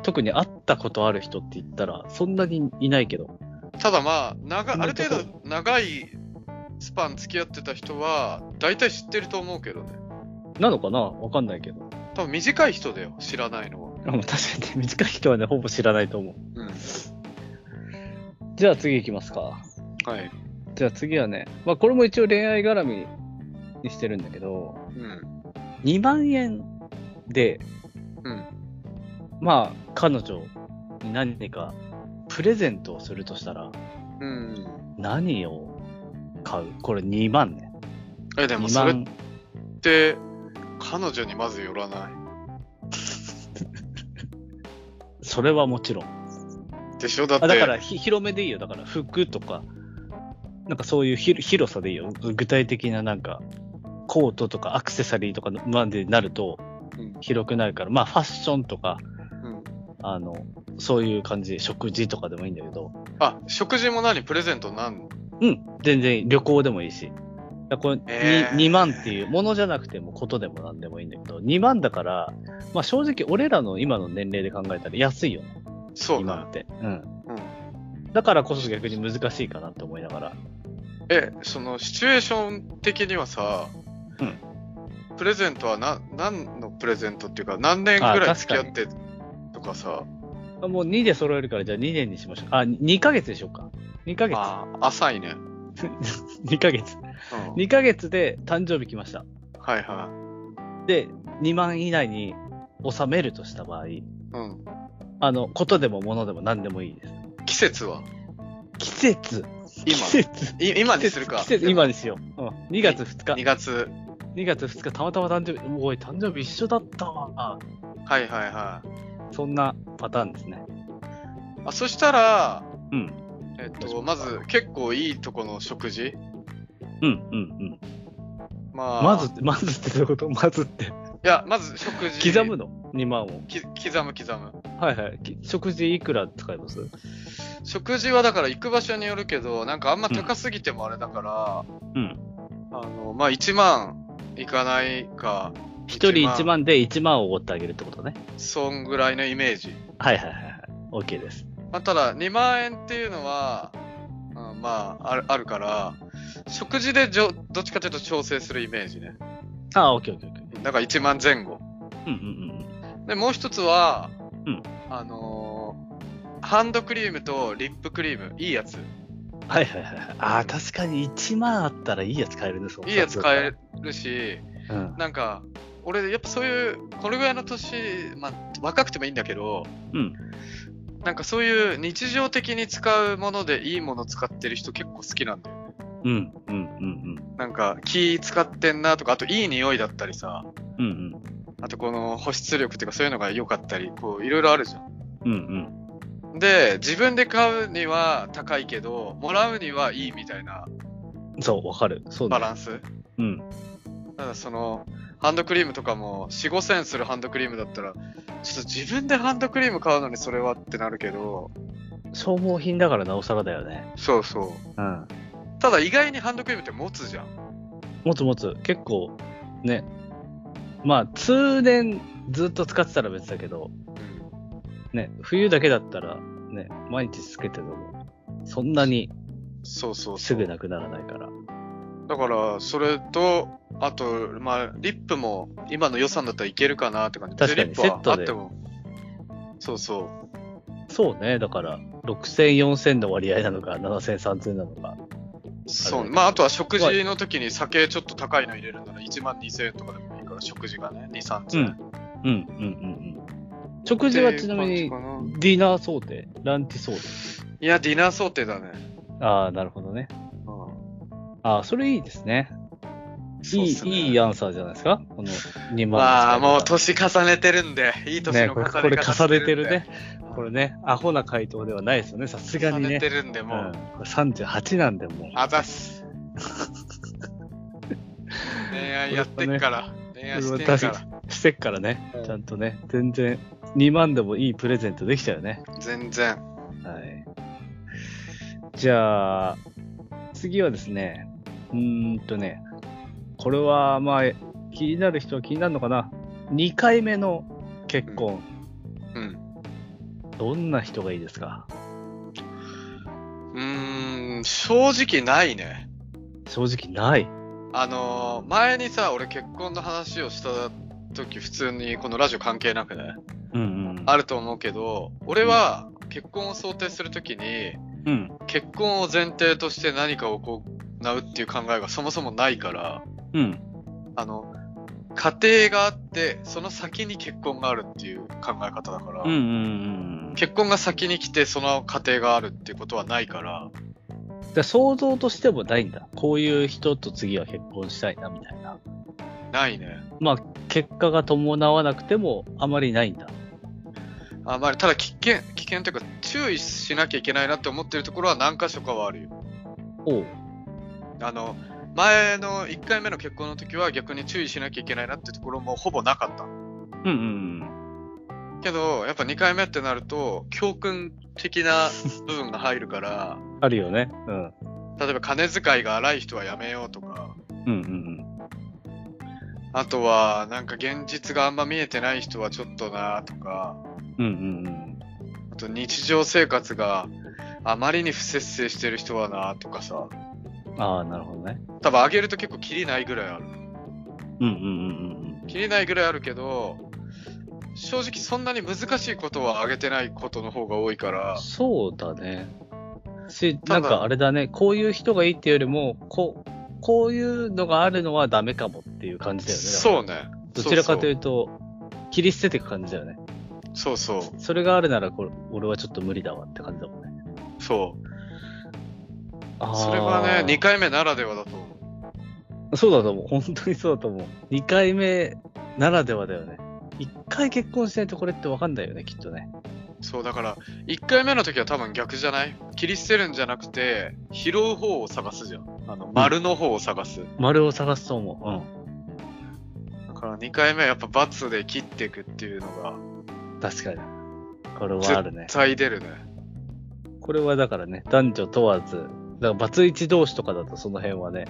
Speaker 4: 特に会ったことある人って言ったら、そんなにいないけど。
Speaker 5: ただまあ長
Speaker 4: そん
Speaker 5: あ
Speaker 4: な
Speaker 5: る
Speaker 4: とこ
Speaker 5: 程度長いスパン付き合ってた人は大体知ってると思うけどね
Speaker 4: なのかなわかんないけど。
Speaker 5: 多分短い人だよ知らないのは
Speaker 4: あもう確かにね、短い人はね、ほぼ知らないと思う。
Speaker 5: うん
Speaker 4: じゃあ次行きますか。
Speaker 5: はい
Speaker 4: じゃあ次はね、まあこれも一応恋愛絡みにしてるんだけど、
Speaker 5: うん
Speaker 4: 2万円で、
Speaker 5: うん
Speaker 4: まあ彼女に何かプレゼントをするとしたら
Speaker 5: うん
Speaker 4: 何を買うこれ2万ね。
Speaker 5: えでも
Speaker 4: 2
Speaker 5: それっ
Speaker 4: 万。
Speaker 5: て彼女にまず寄らない
Speaker 4: それはもちろん。
Speaker 5: でしょだって
Speaker 4: あだからひ広めでいいよ。だから服とか、なんかそういうひ広さでいいよ。具体的ななんかコートとかアクセサリーとかのまでなると
Speaker 5: うん
Speaker 4: 広くなるから、まあファッションとか、
Speaker 5: うん
Speaker 4: あの、そういう感じ、食事とかでもいいんだけど、
Speaker 5: あ食事も何プレゼントなんの
Speaker 4: うん、全然旅行でもいいし。だからこれ
Speaker 5: えー
Speaker 4: 2, 万っていうものじゃなくてもことでもなんでもいいんだけど、2万だから、まあ正直俺らの今の年齢で考えたら安いよね、
Speaker 5: そう
Speaker 4: 今
Speaker 5: な
Speaker 4: って。うん。だからこそ逆に難しいかなって思いながら。
Speaker 5: えそのシチュエーション的にはさ、
Speaker 4: うん
Speaker 5: プレゼントはな何のプレゼントっていうか何年ぐらい
Speaker 4: あ
Speaker 5: 付き合ってとかさ
Speaker 4: あもう2で揃えるから、じゃあ2年にしましょう。あ、2ヶ月でしょうか。2ヶ 月。
Speaker 5: あ浅いね、
Speaker 4: 2ヶ月。
Speaker 5: うん
Speaker 4: 2ヶ月で誕生日来ました。
Speaker 5: はいは
Speaker 4: で、2万以内に収めるとした場合、
Speaker 5: い。うん。
Speaker 4: あの、ことでも物でも何でもいいです。
Speaker 5: 季節は
Speaker 4: 季節。
Speaker 5: 今
Speaker 4: 季節。
Speaker 5: い今にするか。
Speaker 4: 季節、今にしよう。うん。2月2
Speaker 5: 2
Speaker 4: 日。
Speaker 5: 月。
Speaker 4: 2月2日、たまたま誕生日、おい、誕生日一緒だったわ。
Speaker 5: はいはいはい。
Speaker 4: そんなパターンですね。
Speaker 5: あ、そしたら、
Speaker 4: うん。
Speaker 5: えっと、まず結構いいとこの食事。
Speaker 4: うん、うん、うん。
Speaker 5: まあ、
Speaker 4: まずって、まずってどういうことまずって。
Speaker 5: や、まず食事。
Speaker 4: 刻むの ?2 万を。
Speaker 5: き刻む刻む。
Speaker 4: はいはい。き食事いくら使います
Speaker 5: 食事はだから行く場所によるけど、なんかあんま高すぎてもあれだから、
Speaker 4: うん。
Speaker 5: あの、まあ、1万いかないか、
Speaker 4: 1人1万で1万をおごってあげるってことね。
Speaker 5: そんぐらいのイメージ。
Speaker 4: はいはいはいはい。OK です。
Speaker 5: まあ、ただ、2万円っていうのは、うん、まあ、あるあるから、食事でじょどっちかというと調整するイメージね。
Speaker 4: ああ、OKOKOK。うん
Speaker 5: だから1万前後。
Speaker 4: うんうん
Speaker 5: で、もう一つは、
Speaker 4: うん
Speaker 5: あのーハンドクリームとリップクリーム、いいやつ。
Speaker 4: うん。はいはいはいはい。ああ、確かに1万あったらいいやつ買えるね、その
Speaker 5: いいやつ
Speaker 4: 買
Speaker 5: 買え。るし、
Speaker 4: うん。
Speaker 5: なんか、俺、やっぱそういう、これぐらいの年、まあ、若くてもいいんだけど、
Speaker 4: うん
Speaker 5: なんかそういう日常的に使うものでいいもの使ってる人結構好きなんだよ。
Speaker 4: うんうんうん
Speaker 5: なんか気使ってんなとか、あといい匂いだったりさ、
Speaker 4: うん。うん
Speaker 5: あとこの保湿力っていうかそういうのが良かったり、こういろいろあるじゃ
Speaker 4: うん。うんうん。
Speaker 5: ん。で、自分で買うには高いけど、もらうにはいいみたいな
Speaker 4: そう、わかる。そう
Speaker 5: バ
Speaker 4: だね。
Speaker 5: ランス。
Speaker 4: うん。
Speaker 5: ただそのハンドクリームとかも4、5千するハンドクリームだったら、ちょっと自分でハンドクリーム買うのにそれはってなるけど、
Speaker 4: 消耗品だからなおさらだよね。
Speaker 5: そうそう。
Speaker 4: うん。
Speaker 5: ただ意外にハンドクリームって持つじゃん。
Speaker 4: 持つ持つ。結構、ね。まあ、通年ずっと使ってたら別だけど、ね、冬だけだったら、ね、毎日つけてても、そんなに
Speaker 5: そうそう
Speaker 4: す
Speaker 5: そう。
Speaker 4: ぐなくならないから。
Speaker 5: だから、それと、あと、まあ、リップも今の予算だったらいけるかなって感じ。
Speaker 4: 確か
Speaker 5: でリッ
Speaker 4: に
Speaker 5: プは
Speaker 4: セットで
Speaker 5: あっても。そうそう。
Speaker 4: そうね、だから、6000、4000の割合なのか、7000、3000なのか。
Speaker 5: そ
Speaker 4: あ
Speaker 5: う。
Speaker 4: れ
Speaker 5: まあ、あとは食事の時に酒ちょっと高いの入れるなら1万2千円とかでもいいから、食事がね、2、3千円。
Speaker 4: うん、うん、うん、うん。食事はちなみ
Speaker 5: ってい
Speaker 4: に
Speaker 5: う、感じかな
Speaker 4: ディナー想定、ランチ想定。
Speaker 5: いや、ディナー想定だね。
Speaker 4: ああ、なるほどね。
Speaker 5: うん
Speaker 4: ああ、それいいですね。
Speaker 5: そうっ
Speaker 4: いい、
Speaker 5: すね
Speaker 4: いいアンサーじゃないですかこの2万
Speaker 5: まあ、もう
Speaker 4: と
Speaker 5: 年重ねてるんで、いい年
Speaker 4: ね、
Speaker 5: の
Speaker 4: こ
Speaker 5: 重
Speaker 4: れ
Speaker 5: ね
Speaker 4: こ
Speaker 5: 方
Speaker 4: れ重ねてるね。
Speaker 5: んで。
Speaker 4: これね、アホな回答ではないですよね、さすが
Speaker 5: 重
Speaker 4: に
Speaker 5: ね
Speaker 4: ね。
Speaker 5: てるんで、
Speaker 4: うん、
Speaker 5: も
Speaker 4: こ
Speaker 5: う、
Speaker 4: れ38なんでもう。
Speaker 5: あざっす。恋愛やってっから、恋愛してっか
Speaker 4: 確
Speaker 5: ら、
Speaker 4: かにしてっからね、
Speaker 5: うん
Speaker 4: ちゃんとね、全然2万でもいいプレゼントできたよね。
Speaker 5: 全然。
Speaker 4: はい。じゃあ、次はですね、うーんとね、これはまあ、気になる人は気になるのかな。2回目の結婚、
Speaker 5: うん。
Speaker 4: どんな人がいいですか
Speaker 5: うーん、正直ないね。
Speaker 4: 正直ない。
Speaker 5: あのー、前にさ、俺結婚の話をした時、普通にこのラジオ関係なくね、
Speaker 4: うんうん。
Speaker 5: あると思うけど、俺は結婚を想定するときに、
Speaker 4: うん。
Speaker 5: 結婚を前提として何かを行うっていう考えがそもそもないから、
Speaker 4: うん。
Speaker 5: あの、家庭があって、その先に結婚があるっていう考え方だから、
Speaker 4: うんうんうんうん。
Speaker 5: 結婚が先に来て、その家庭があるっていうことはないから、
Speaker 4: じゃあ想像としてもないんだ。こういう人と次は結婚したいな、みたいな。
Speaker 5: ないね。
Speaker 4: まあ、結果が伴わなくても、あまりないんだ。
Speaker 5: あまり、ただ危険、危険というか、注意しなきゃいけないなって思ってるところは何箇所かはあるよ。
Speaker 4: おう。
Speaker 5: あの、前の1回目の結婚の時は逆に注意しなきゃいけないなってところもほぼなかった。
Speaker 4: うんうん
Speaker 5: けど、やっぱ2回目ってなると、教訓的な部分が入るから、
Speaker 4: うん。あるよね。うん。
Speaker 5: 例えば金遣いが荒い人はやめようとか、
Speaker 4: うんうん
Speaker 5: あとはなんか現実があんま見えてない人はちょっとなとか、
Speaker 4: うん。うんうんうん。
Speaker 5: あと日常生活があまりに不節制してる人はなとかさ、
Speaker 4: ああ、なるほどね。
Speaker 5: 多分上げると結構キリないぐらいある。
Speaker 4: うんうんうん
Speaker 5: キリないぐらいあるけど、正直そんなに難しいことは上げてないことの方が多いか
Speaker 4: うん。
Speaker 5: ら、
Speaker 4: そうだね。し、
Speaker 5: ただ
Speaker 4: なんかあれだね、こういう人がいいっていうよりも、こう、こういうのがあるのはダメかもっていう感じだよね。
Speaker 5: そうね。
Speaker 4: どちらかといううと、切り捨てていく感じだよね。
Speaker 5: そうそう。そう
Speaker 4: それがあるならこれ、俺はちょっと無理だわって感じだもんね。
Speaker 5: そう。そう
Speaker 4: あー
Speaker 5: それはね、2回目ならではだと思う。
Speaker 4: そうだと思う。本当にそうだと思う。2回目ならではだよね。1回結婚しないとこれってわかんないよね、きっとね。
Speaker 5: そう、だから、1回目の時は多分逆じゃない切り捨てるんじゃなくて、拾う方を探すじゃん。あの、丸の方を探す。
Speaker 4: 丸を探すと思う。うん。
Speaker 5: から2回目はやっぱバツで切っていくっていうのが
Speaker 4: 確かに。これはあるね
Speaker 5: 絶。対出るね。
Speaker 4: これはだからね、男女問わず、だからバツイチ同士とかだとその辺はね、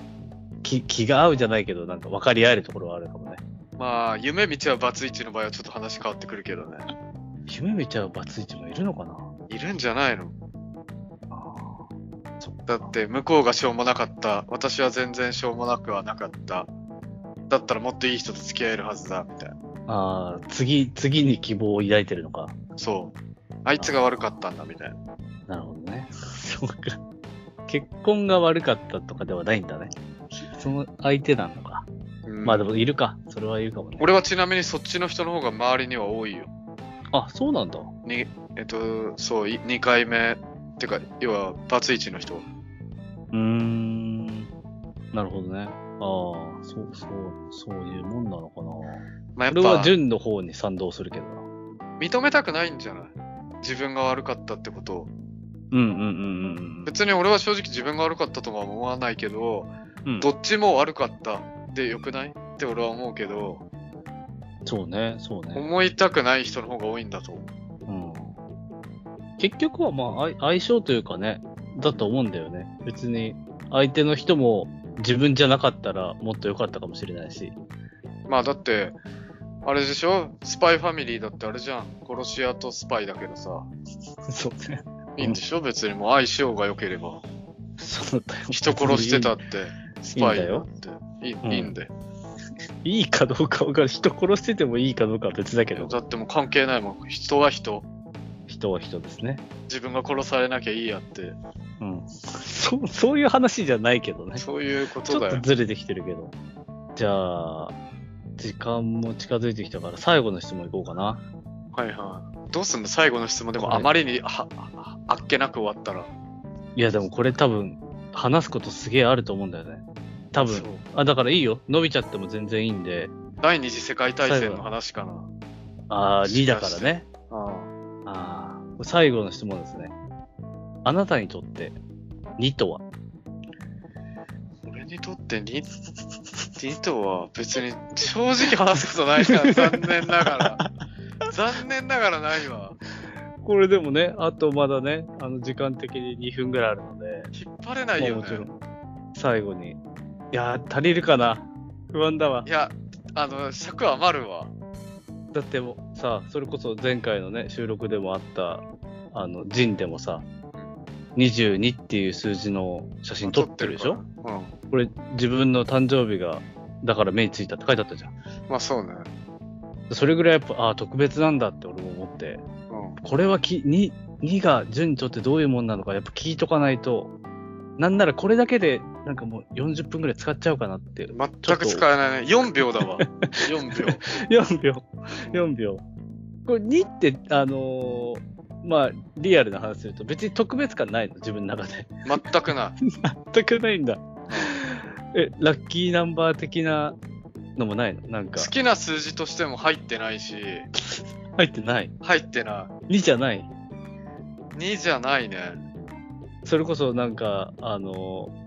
Speaker 4: 気気が合うじゃないけど、なんか分かり合えるところはあるかもね。
Speaker 5: まあ、夢道はバツイチの場合はちょっと話変わってくるけどね。
Speaker 4: 夢見ちゃうバツイチもいるのかない
Speaker 5: るんじゃないの
Speaker 4: あーそ
Speaker 5: だって向こうがしょうもなかった、私は全然しょうもなくはなかった。だったらもっといい人と付き合えるはずだ、みたいな。
Speaker 4: あー次、次に希望を抱いてるのか。
Speaker 5: そう。あいつが悪かったんだ、みたいな。
Speaker 4: なるほどね。そうか。結婚が悪かったとかではないんだね。その相手なのか。
Speaker 5: うん
Speaker 4: まあでもいるか。それはいるかもね。
Speaker 5: 俺はちなみにそっちの人の方が周りには多いよ。
Speaker 4: あ、そうなんだ。
Speaker 5: にえっと、そう、い2回目。ってか、要は、バツイチの人。
Speaker 4: うーん。なるほどね。ああ、そう、そう、そういうもんなのかな。
Speaker 5: まあ、や
Speaker 4: 俺は
Speaker 5: っぱ、
Speaker 4: 純の方に賛同するけどな。
Speaker 5: 認めたくないんじゃない自分が悪かったってことを。
Speaker 4: うんうんうんうん
Speaker 5: 別に俺は正直自分が悪かったとは思わないけど、
Speaker 4: うん。
Speaker 5: どっちも悪かったでよくないって俺は思うけど、
Speaker 4: そうね、そうね。
Speaker 5: 思いたくない人の方が多いんだと思う。
Speaker 4: うん、結局はまあ相相性というかね、だと思うんだよね。別に相手の人も自分じゃなかったらもっと良かったかもしれな いし。
Speaker 5: まあだって、あれでしょスパイファミリーだってあれじゃん。殺し屋とスパイだけどさ。
Speaker 4: そうね。
Speaker 5: いいんでしょ別にもう相性が良ければ。
Speaker 4: そうだよ。
Speaker 5: 人殺してたって、スパイだっ
Speaker 4: い
Speaker 5: て。いい
Speaker 4: うん
Speaker 5: いいんだよ。
Speaker 4: いいかどうかわかる。人殺しててもいいかどうかは別だけど、
Speaker 5: だってもう関係ないもん。人は人。
Speaker 4: 人は人ですね。
Speaker 5: 自分が殺されなきゃいいやって。
Speaker 4: うん。そう、そういう話じゃないけどね。
Speaker 5: そういうこ
Speaker 4: ち
Speaker 5: と
Speaker 4: ょっ
Speaker 5: だ
Speaker 4: と
Speaker 5: よ。
Speaker 4: ずれてきてるけど。じゃあ、時間も近づいてきたから最後の質問いこうかな。
Speaker 5: はいはい。どうすんの最後の質問でもあまりにはああっけなく終わったら。
Speaker 4: いや、でもこれ多分、話すことすげえあると思うんだよね。多
Speaker 5: そう
Speaker 4: 分。あ、だからいいよ。伸びちゃっても全然いいんで。
Speaker 5: 第二次世界大戦の話かな。
Speaker 4: あー、2だからね。
Speaker 5: あ
Speaker 4: あー最後の質問ですね。あなたにとって、2とは
Speaker 5: あ俺にとってニニトは別に正直話すことないから、残念ながら。残念ながらないわ。
Speaker 4: これでもね、あとまだね、あの時間的に2分ぐらいあるので、
Speaker 5: 引っ張れない
Speaker 4: まあ
Speaker 5: よ
Speaker 4: もちろ
Speaker 5: ね。
Speaker 4: ん、最後に。いやー、足りるかな不安だわ
Speaker 5: い。や、あの、尺余るわ。
Speaker 4: だってもうさそれこそ前回のね収録でもあったあのジンでもさ22っていう数字の写真撮ってるでしょ
Speaker 5: 撮ってるから
Speaker 4: これ自分の誕生日がだから目についたって書いてあったじゃ
Speaker 5: う
Speaker 4: ん
Speaker 5: ん。まあそうね。
Speaker 4: それぐらいやっぱああ特別なんだって俺も思って
Speaker 5: う
Speaker 4: これはき 2, 2が順にとってどういうもんなのかやっぱ聞いとかないとなんならこれだけでなんかもう40分ぐらい使っちゃうかなって
Speaker 5: ん。全く使えないね。4秒だ わ。4秒。
Speaker 4: 4秒、4秒。これ2って、あのーまあ、リアルな話すると、別に特別感ないの、自分の中で。
Speaker 5: 全くない。
Speaker 4: 全くないんだ。え、ラッキーナンバー的なのもないのなんか
Speaker 5: 好、きな数字としても入ってないし、
Speaker 4: 入ってない。
Speaker 5: 入ってな
Speaker 4: 2じゃない。
Speaker 5: い。2じゃないね。
Speaker 4: それこそ、なんか、あのー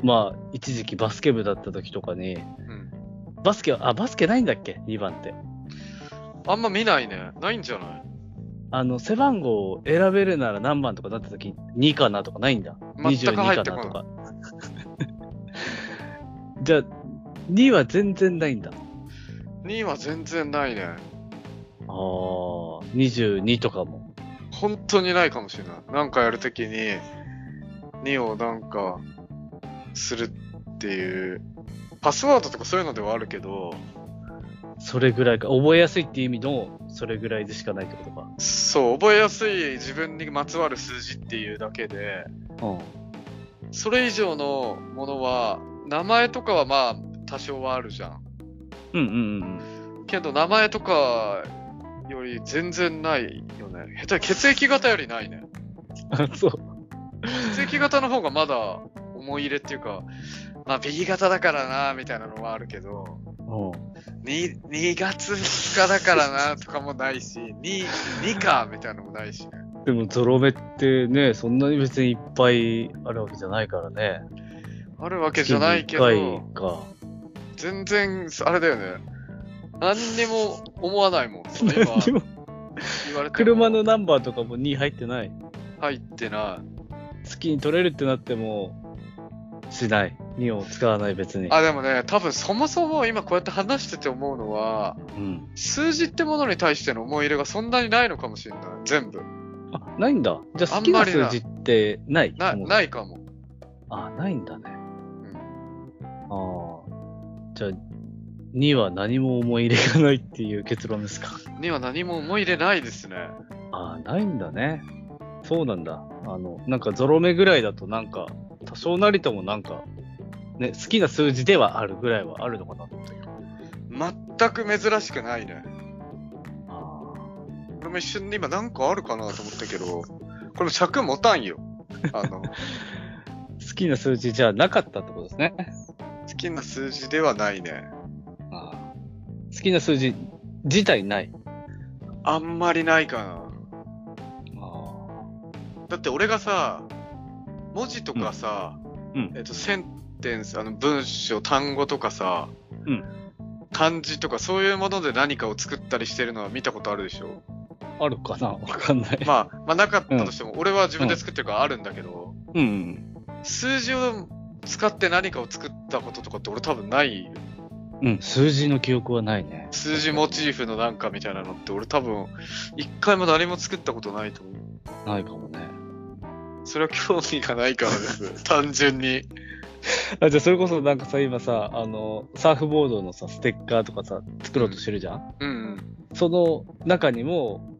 Speaker 4: まあ、一時期バスケ部だった時とかに、
Speaker 5: うん。
Speaker 4: バスケは、あ、バスケないんだっけ ?2 番って。
Speaker 5: あんま見ないね。ないんじゃない
Speaker 4: あの、背番号を選べるなら何番とかなった時、2かなとかないんだ。
Speaker 5: 全く入ってこな
Speaker 4: 22かないとか。じゃあ、2は全然ないんだ。あ
Speaker 5: 2は全然ないね。
Speaker 4: あ、22とかも。
Speaker 5: 本当にないかもしれない。なんかやるときに、2をなんか、するっていう、パスワードとかそういうのではあるけど、
Speaker 4: それぐらいか。覚えやすいっていう意味の、それぐらいでしかないってことか。
Speaker 5: そう、覚えやすい自分にまつわる数字っていうだけで、
Speaker 4: うん。
Speaker 5: それ以上のものは、名前とかはまあ、多少はあるじゃん。
Speaker 4: うんうんうん
Speaker 5: けど、名前とかより全然ないよね。下手に血液型よりないね。
Speaker 4: うん。 あそう。
Speaker 5: 血液型の方がまだ思い入れっていうか、まあ B 型だからな、みたいなのはあるけど、
Speaker 4: うん。
Speaker 5: 2, 2月2日だからな、とかもないし、2、2か、みたいなのもないしね。
Speaker 4: でも、ゾロ目ってね、そんなに別にいっぱいあるわけじゃないからね。
Speaker 5: あるわけじゃないけ
Speaker 4: 月に
Speaker 5: ど、
Speaker 4: 一回か。
Speaker 5: 全然、あれだよね。何にも思わないもん。 今言
Speaker 4: 何にも
Speaker 5: われても
Speaker 4: 車のナンバーとかも2入ってない。
Speaker 5: 入ってな
Speaker 4: 好きに取れるってなっても、しない。2を使わない別に
Speaker 5: い。。あ、でもね、多分そもそも今こうやって話してて思うのは、
Speaker 4: うん。
Speaker 5: 数字ってものに対しての思い入れがそんなにないのかもしれない。全部。
Speaker 4: あ、ないんだ。じゃ
Speaker 5: あ
Speaker 4: あ好
Speaker 5: ん
Speaker 4: き
Speaker 5: ま
Speaker 4: な
Speaker 5: りな
Speaker 4: 数字ってない
Speaker 5: な、
Speaker 4: もう
Speaker 5: ないかも。
Speaker 4: あ、ないんだね。
Speaker 5: うん
Speaker 4: ああ。じゃあ、2は何も思い入れがないっていう結論ですか。
Speaker 5: には何も思い入れないですね。
Speaker 4: ああ、ないんだね。そうなんだ。あの、なんかゾロ目ぐらいだとなんか、多少なりともなんか、ね、好きな数字ではあるぐらいはあるのかなと思ったけど。
Speaker 5: 全く珍しくないね。
Speaker 4: あ
Speaker 5: 俺も一瞬で今なんかあるかなと思ったけど、これも尺持たんよ。あ の、
Speaker 4: ー好きな数字じゃなかったってことですね。
Speaker 5: 好きな数字ではないね。
Speaker 4: あー好きな数字自体ない。
Speaker 5: あんまりないかな。
Speaker 4: あ
Speaker 5: だって俺がさ、文字とかさ、
Speaker 4: うんうん
Speaker 5: えっと、センテンス、あの文章、単語とかさ、
Speaker 4: うん
Speaker 5: 漢字とかそういうもので何かを作ったりしてるのは見たことあるでしょ
Speaker 4: あ、あるかなわかんない。
Speaker 5: まあ、まあなかったとしても、俺は自分で作ってるからあるんだけど、
Speaker 4: うん。
Speaker 5: 数字を使って何かを作ったこととかって俺多分ないよ
Speaker 4: うん、数字の記憶はないね。
Speaker 5: 数字モチーフのなんかみたいなのって俺多分一回も何も作ったことないと思う。
Speaker 4: ないかもね。
Speaker 5: それは興味がないから です。単純に。
Speaker 4: あじゃあそれこそなんかさ今さあのサーフボードのさステッカーとかさ作ろうとしてるじゃん、
Speaker 5: うん
Speaker 4: その中にも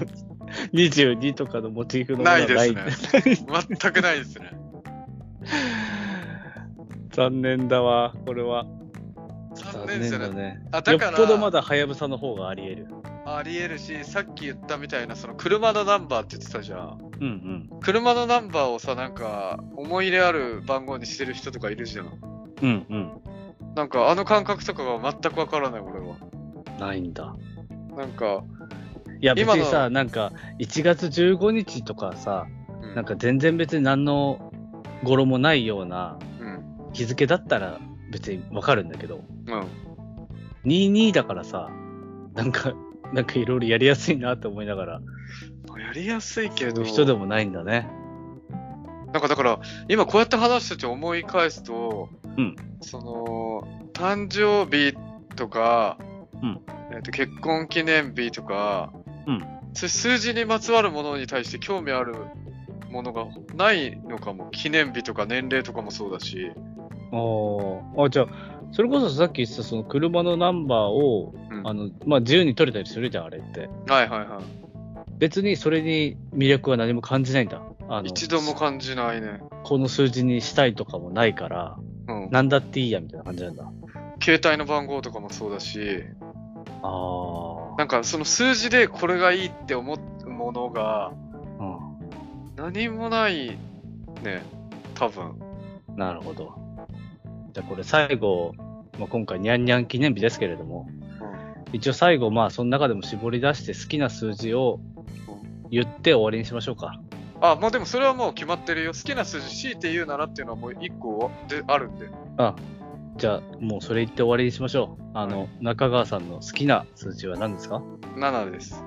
Speaker 4: 22とかのモチーフ
Speaker 5: う
Speaker 4: の
Speaker 5: ん。
Speaker 4: ものは
Speaker 5: ないですね。全くないですね。
Speaker 4: 残念だわこれは
Speaker 5: 残念ですよ
Speaker 4: だ
Speaker 5: ね。
Speaker 4: ね
Speaker 5: あ、だ
Speaker 4: よっ
Speaker 5: から、
Speaker 4: ぽどまだはやぶさの方があり得る
Speaker 5: あり得るし、さっき言ったみたいな、その車のナンバーって言ってたじゃん。
Speaker 4: うん
Speaker 5: 車のナンバーをさ、なんか、思い入れある番号にしてる人とかいるじゃん。
Speaker 4: うんうんうん
Speaker 5: なんか、あの感覚とかが全くわからない、俺は。
Speaker 4: ないんだ
Speaker 5: なんか、
Speaker 4: いや別
Speaker 5: 今の
Speaker 4: にさなんか1月15日とかさ
Speaker 5: うん
Speaker 4: なんか、全然別に何の語呂もないような
Speaker 5: うん。
Speaker 4: 日付だったら別にわかるんだけど
Speaker 5: うん。
Speaker 4: 22だからさ、なんか、なんかいろいろやりやすいなと思いながら、
Speaker 5: やりやすいけ
Speaker 4: そう
Speaker 5: ど、
Speaker 4: いう人でもないんだね。
Speaker 5: なんかだから、今こうやって話してて思い返すと、
Speaker 4: うん
Speaker 5: その、誕生日とか、
Speaker 4: うん
Speaker 5: えっと結婚記念日とか、
Speaker 4: うん
Speaker 5: そういう数字にまつわるものに対して興味あるものがないのかも。記念日とか年齢とかもそうだし。
Speaker 4: ああ、じゃあ、それこそさっき言ってたその車のナンバーを、
Speaker 5: うん
Speaker 4: あの、まあ、自由に取れたりするじゃん、あれって。
Speaker 5: はいはいはい。
Speaker 4: 別にそれに魅力は何も感じないんだ。あの、
Speaker 5: 一度も感じないね。
Speaker 4: この数字にしたいとかもないから、
Speaker 5: うん。
Speaker 4: なんだっていいや、みたいな感じなんだ。
Speaker 5: 携帯の番号とかもそうだし、
Speaker 4: ああ、
Speaker 5: なんかその数字でこれがいいって思うものが
Speaker 4: う
Speaker 5: 何もないね。多分。
Speaker 4: ん。なるほど。じゃあこれ最後、まあ、今回、にゃんにゃん記念日ですけれども、一応最後、まあ、その中でも絞り出して好きな数字を言って終わりにしましょうか。
Speaker 5: あ、まあでもそれはもう決まってるよ。好きな数字強いて言うならっていうのはもう一個であるんで。
Speaker 4: あ、じゃあ、もうそれ言って終わりにしましょう。あの、中川さんの好きな数字は何ですか
Speaker 5: 7です。